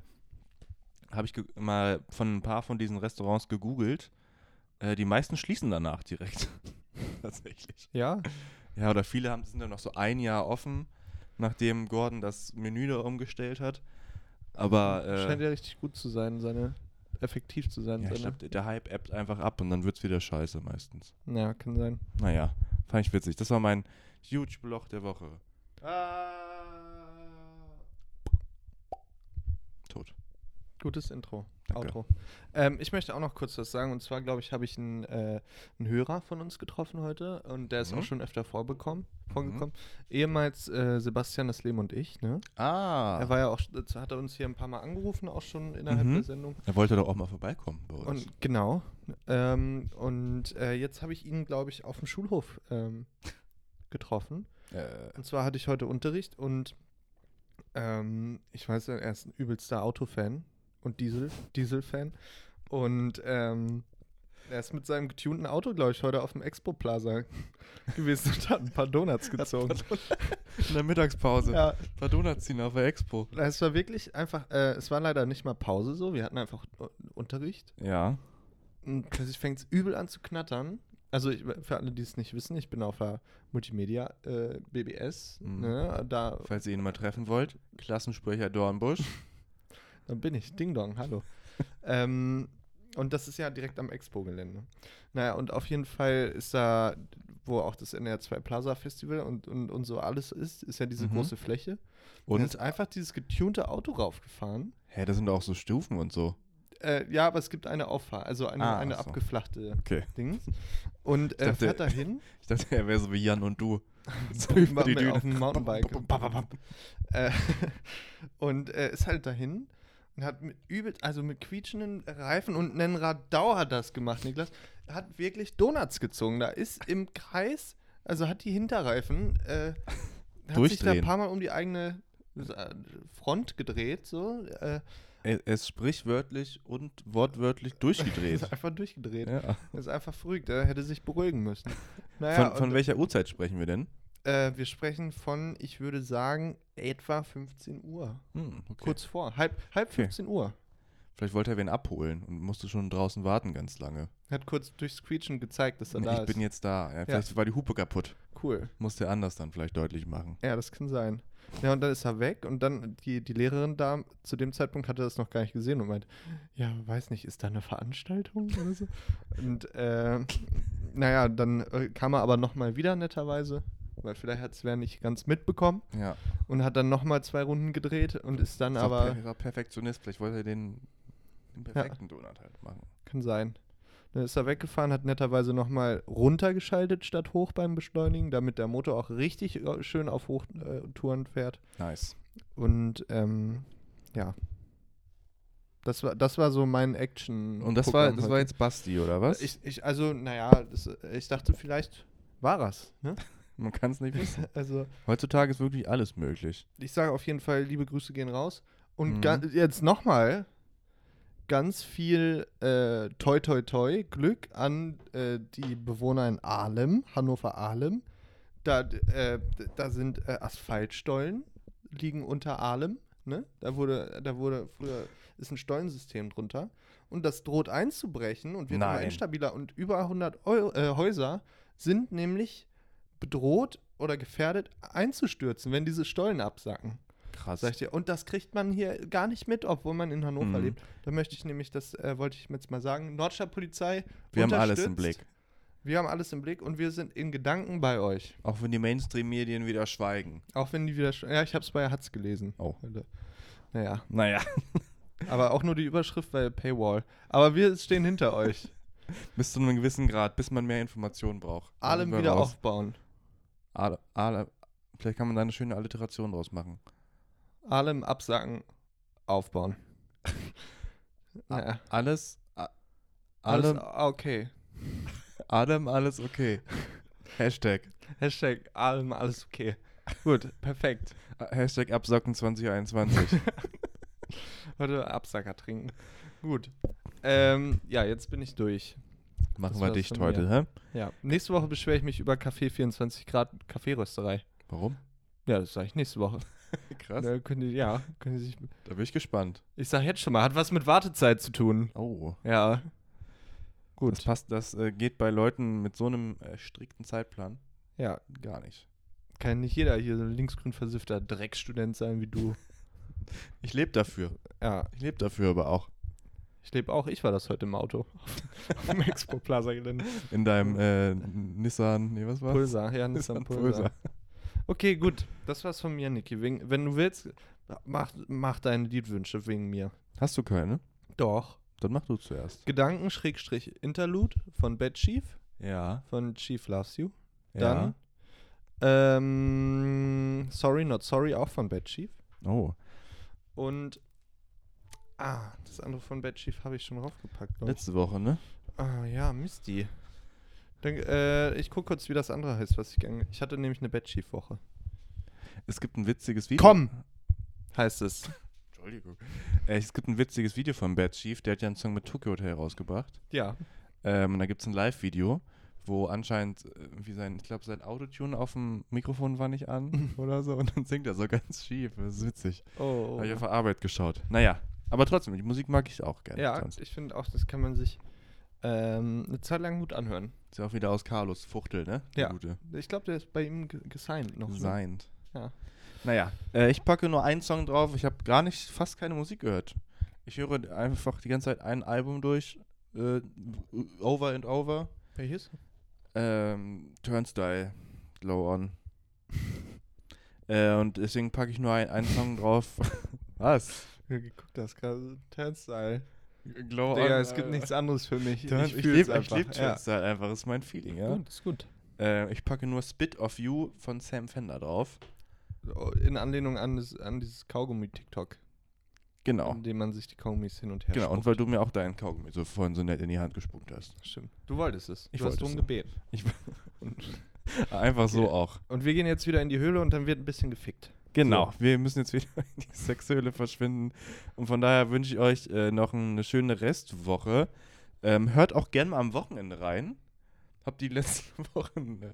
D: habe ich ge- mal von ein paar von diesen Restaurants gegoogelt. Äh, die meisten schließen danach direkt. Tatsächlich.
C: Ja,
D: Ja, oder viele haben, sind dann noch so ein Jahr offen, nachdem Gordon das Menü da umgestellt hat. Aber
C: Mhm. scheint
D: äh,
C: ja richtig gut zu sein, seine effektiv zu sein.
D: ja, ich
C: seine,
D: glaub, der- der Hype ebbt einfach ab und dann wird es wieder scheiße meistens.
C: ja, kann sein.
D: Naja, fand ich witzig. Das war mein YouTube-Loch der Woche.
C: Ah.
D: Tot.
C: Gutes Intro.
D: Danke.
C: Outro. Ähm, ich möchte auch noch kurz was sagen. Und zwar, glaube ich, habe ich einen, äh, einen Hörer von uns getroffen heute. Und der ist
D: Mhm.
C: auch schon öfter vorbekommen, vorgekommen. Ehemals äh, Sebastian, das Leben und ich. Ne?
D: Ah.
C: Er war ja auch, hat er uns hier ein paar Mal angerufen, auch schon innerhalb
D: Mhm.
C: der Sendung.
D: Er wollte doch auch mal vorbeikommen bei uns.
C: Und genau. Ähm, und äh, jetzt habe ich ihn, glaube ich, auf dem Schulhof ähm, getroffen.
D: äh,
C: Und zwar hatte ich heute Unterricht und ähm, ich weiß, ja, er ist ein übelster Autofan und Diesel, Dieselfan. Und ähm, er ist mit seinem getunten Auto, glaube ich, heute auf dem Expo Plaza gewesen und hat ein paar Donuts gezogen.
D: in der Mittagspause.
C: ja,
D: Ein paar Donuts ziehen auf der Expo.
C: es war wirklich einfach, äh, es war leider nicht mal Pause so, wir hatten einfach äh, Unterricht.
D: Ja.
C: Und plötzlich fängt es übel an zu knattern. Also ich, für alle, die es nicht wissen, ich bin auf der Multimedia äh, BBS,
D: Mhm.
C: ne, da,
D: Falls ihr ihn mal treffen wollt, Klassensprecher Dornbusch.
C: Da bin ich. Ding Dong, hallo. ähm, und das ist ja direkt am Expo-Gelände. Naja, und auf jeden Fall ist da, wo auch das NR2 Plaza Festival und, und, und so alles ist, ist ja diese
D: Mhm.
C: große Fläche. Und
D: Und?
C: ist einfach dieses getunte Auto raufgefahren.
D: Hä, das sind doch auch so Stufen und so.
C: Äh, ja, aber es gibt eine Auffahrt, also eine,
D: Ah,
C: eine
D: ach so.
C: abgeflachte
D: Okay.
C: Dings. Und äh,
D: dachte-
C: fährt da hin.
D: Ich dachte, er wäre so wie Jan und du. So über die
C: mit-
D: Düne.
C: auf dem Mountainbike.
D: Bum, bum, bum, bum, bum.
C: Äh, und äh, ist halt dahin Und hat mit übel, also mit quietschenden Reifen und einem Radau hat das gemacht, Niklas. Hat wirklich Donuts gezogen. Da ist im Kreis, also hat die Hinterreifen, äh, hat sich da ein
D: Durchdrehen.
C: paar Mal um die eigene äh, Front gedreht, so. Äh,
D: Er, er ist sprichwörtlich und wortwörtlich durchgedreht.
C: ist einfach durchgedreht.
D: ja.
C: Ist einfach verrückt, er hätte sich beruhigen müssen. Naja,
D: von von
C: und,
D: welcher Uhrzeit sprechen wir denn?
C: äh, wir sprechen von, ich würde sagen, etwa 15 Uhr.
D: Hm, okay.
C: Kurz vor, halb, halb
D: Okay.
C: 15 Uhr.
D: Vielleicht wollte er wen abholen und musste schon draußen warten ganz lange.
C: Er hat kurz durchs Quietschen gezeigt, dass er
D: Nee,
C: da
D: ich
C: ist.
D: bin jetzt da. Ja, vielleicht war die Hupe kaputt.
C: cool.
D: Musste er anders dann vielleicht deutlich machen.
C: Ja, das kann sein. Ja, und dann ist er weg und dann die, die Lehrerin da, zu dem Zeitpunkt hatte das noch gar nicht gesehen und meint, ja, weiß nicht, ist da eine Veranstaltung oder so? Und äh, naja, dann äh, kam er aber nochmal wieder netterweise, weil vielleicht hat Sven nicht ganz mitbekommen
D: Ja.
C: und hat dann nochmal zwei Runden gedreht und ist dann
D: Ist auch
C: aber,
D: per- ist auch Perfektionist. Vielleicht wollte er den, den perfekten Donut halt machen.
C: kann sein. Dann ist er weggefahren, hat netterweise nochmal runtergeschaltet statt hoch beim Beschleunigen, damit der Motor auch richtig äh, schön auf Hochtouren fährt.
D: Nice.
C: Und ähm, ja. Das war, das war so mein Action.
D: Und das war,
C: Programm
D: das war
C: heute.
D: jetzt Basti, oder was?
C: Ich, ich, also, naja, das, ich dachte, vielleicht war er's. Ne?
D: Man kann es nicht wissen.
C: Also,
D: Heutzutage ist wirklich alles möglich.
C: ich sage auf jeden Fall, liebe Grüße gehen raus. Und
D: Mhm.
C: ga- jetzt nochmal ganz viel äh, Toi Toi Toi Glück an äh, die Bewohner in Ahlem, Hannover Ahlem. Da, äh, da sind äh, Asphaltstollen, liegen unter Ahlem. Ne? Da wurde, da wurde früher ist ein Stollensystem drunter und das droht einzubrechen und wird immer
D: Nein.
C: instabiler und über 100 Eu äh, Häuser sind nämlich bedroht oder gefährdet einzustürzen, wenn diese Stollen absacken.
D: Krass.
C: Sag ich dir. Und das kriegt man hier gar nicht mit, obwohl man in Hannover
D: Mhm.
C: lebt. Da möchte ich nämlich, das äh, wollte ich jetzt mal sagen, Nordstadt Polizei.
D: Wir haben alles im
C: unterstützt.
D: Blick.
C: Wir haben alles im Blick und wir sind in Gedanken bei euch.
D: Auch wenn die Mainstream-Medien wieder schweigen.
C: Auch wenn die wieder. sch- Ja, ich habe es bei Hatz gelesen.
D: Oh.
C: Heute. Naja,
D: Naja.
C: aber auch nur die Überschrift bei Paywall. Aber wir stehen hinter euch.
D: Bis zu einem gewissen Grad, bis man mehr Informationen braucht. Dann
C: Allem
D: sind wir
C: wieder
D: raus.
C: aufbauen.
D: Ahle, Ahle, vielleicht kann man da eine schöne Alliteration draus machen.
C: Allem absacken, aufbauen. naja.
D: Alles, a,
C: Alles
D: allem,
C: okay.
D: allem, alles okay. Hashtag.
C: Hashtag allem alles okay. Gut, perfekt.
D: Hashtag Absocken 2021.
C: Heute Absacker trinken. Gut. Ähm, ja, jetzt bin ich durch.
D: Machen
C: Das
D: wir
C: war's
D: dicht
C: von
D: heute, hä?
C: Ja. Nächste Woche beschwere ich mich über Kaffee 24 Grad Kaffeerösterei.
D: Warum?
C: Ja, das sage ich nächste Woche.
D: Krass.
C: Da könnt ihr, ja, könnt ihr sich.
D: Da bin ich gespannt.
C: Ich sage jetzt schon mal, hat was mit Wartezeit zu tun.
D: Oh.
C: Ja.
D: Das passt, das äh, geht bei Leuten mit so einem äh, strikten Zeitplan
C: Ja,
D: gar nicht.
C: kann nicht jeder hier so ein linksgrün versiffter Dreckstudent sein wie du.
D: Ich lebe dafür.
C: Ja,
D: Ich lebe dafür aber auch.
C: ich lebe auch. Ich war das heute im Auto. Auf dem Expo Plaza Gelände.
D: In deinem äh, Nissan, nee, was war's?
C: Pulsar, ja, Nissan
D: Nissan
C: Pulsar.
D: Pulsar.
C: Okay, gut. Das war's von mir, Niki. Wegen, wenn du willst, mach, mach deine Liedwünsche wegen mir.
D: Hast du keine?
C: Doch.
D: Dann mach du zuerst.
C: Gedanken-Interlude von Bad Chief,
D: Ja.
C: von Chief Loves You.
D: Dann?
C: Dann ähm, Sorry Not Sorry auch von Bad Chief.
D: Oh.
C: Und ah, das andere von Bad Chief habe ich schon raufgepackt. glaub ich.
D: Letzte Woche, ne?
C: Ah ja, Misty. Dann, äh, ich gucke kurz, wie das andere heißt, was ich gerne. Ich hatte nämlich eine Bad Chief-Woche.
D: Es gibt ein witziges Video.
C: Komm! Heißt es.
D: Entschuldigung. Äh, es gibt ein witziges Video von Bad Chief, der hat ja einen Song mit Tokyo Hotel rausgebracht.
C: Ja.
D: Ähm, und da gibt es ein Live-Video, wo anscheinend äh, irgendwie sein, ich glaube, sein Autotune auf dem Mikrofon war nicht an oder so. Und dann singt er so ganz schief. Das ist witzig.
C: Oh.
D: Habe ich auf der Arbeit geschaut. Naja, aber trotzdem, die Musik mag ich auch gerne.
C: Ja,
D: sonst.
C: ich finde auch, das kann man sich ähm, eine Zeit lang gut anhören.
D: Ist ja auch wieder aus Carlos Fuchtel, ne? Der
C: Ja.
D: Gute.
C: Ich glaube, der ist bei ihm ge- gesigned noch. ne?
D: Signed.
C: Ja.
D: Naja, äh, ich packe nur einen Song drauf. Ich habe gar nicht, fast keine Musik gehört. Ich höre einfach die ganze Zeit ein Album durch, äh, over and over.
C: Welches?
D: Ähm, Turnstyle, Glow On. äh, und deswegen packe ich nur ein, einen Song drauf. Was?
C: Ja, geguckt hast gerade. Turnstyle.
D: Glow
C: Digga, es gibt nichts anderes für mich.
D: Turn, ich
C: fühl's
D: liebe ich lieb
C: Ja.
D: Turnstyle einfach, ist mein Feeling, ja.
C: Gut, ist gut.
D: Äh, ich packe nur Spit of You von Sam Fender drauf.
C: Oh, In Anlehnung an, das, an dieses Kaugummi-TikTok.
D: Genau.
C: indem man sich die Kaugummis hin und her
D: Genau, und
C: spuckt.
D: weil du mir auch deinen Kaugummi so vorhin so nett in die Hand gespuckt hast.
C: Stimmt. Du wolltest es.
D: Ich
C: du hast
D: wollte
C: drum
D: es.
C: gebeten.
D: Ich, einfach so
C: Okay.
D: auch.
C: Und wir gehen jetzt wieder in die Höhle und dann wird ein bisschen gefickt.
D: Genau, wir müssen jetzt wieder in die Sexhöhle verschwinden. Und von daher wünsche ich euch äh, noch eine schöne Restwoche. Ähm, hört auch gerne mal am Wochenende rein. Hab die letzten Wochen äh,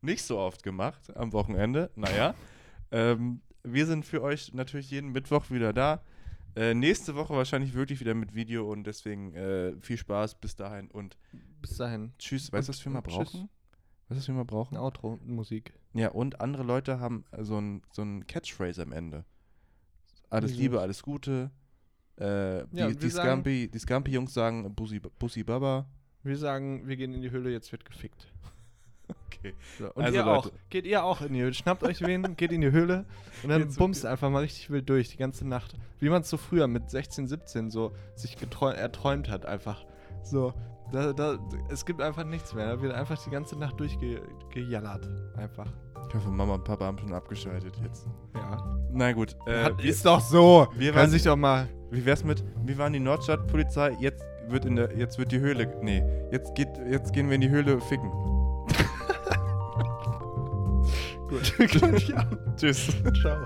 D: nicht so oft gemacht am Wochenende. Naja. ähm, wir sind für euch natürlich jeden Mittwoch wieder da. Äh, nächste Woche wahrscheinlich wirklich wieder mit Video und deswegen äh, viel Spaß bis dahin und
C: Bis dahin.
D: tschüss. Weißt du,
C: Und-
D: was wir mal
C: und tschüss.
D: brauchen? Weißt du, was wir mal brauchen?
C: Eine Outro-Musik.
D: Ja, und andere Leute haben äh, so ein, so ein Catchphrase am Ende. Alles
C: Wie
D: Liebe,
C: sowas?
D: alles Gute. Äh, die
C: Ja, und
D: die
C: wir sagen-
D: Scampi- die Scampi-Jungs sagen Bussi, Bussi Baba.
C: Wir sagen, wir gehen in die Höhle, jetzt wird gefickt.
D: Okay.
C: So, und
D: Also,
C: ihr
D: Leute.
C: auch. Geht ihr auch in die Höhle. Schnappt euch wen, geht in die Höhle und dann
D: Jetzt-
C: bumst einfach mal richtig wild durch, die ganze Nacht. Wie man es so früher mit 16, 17 so sich getreu- erträumt hat einfach. So, da, da, es gibt einfach nichts mehr. Da wird einfach die ganze Nacht durchgejallert. Einfach.
D: Ich hoffe, Mama und Papa haben schon abgeschaltet jetzt.
C: Ja.
D: Na gut. Äh,
C: hat,
D: wir-
C: ist doch so.
D: wir
C: Kann
D: waren-
C: sich doch mal...
D: Wie wär's mit, wir waren die Nordstadtpolizei, jetzt wird in der, jetzt wird die Höhle, nee, jetzt geht, jetzt gehen wir in die Höhle ficken.
C: Gut. Gut, ja.
D: Tschüss.
C: Ciao.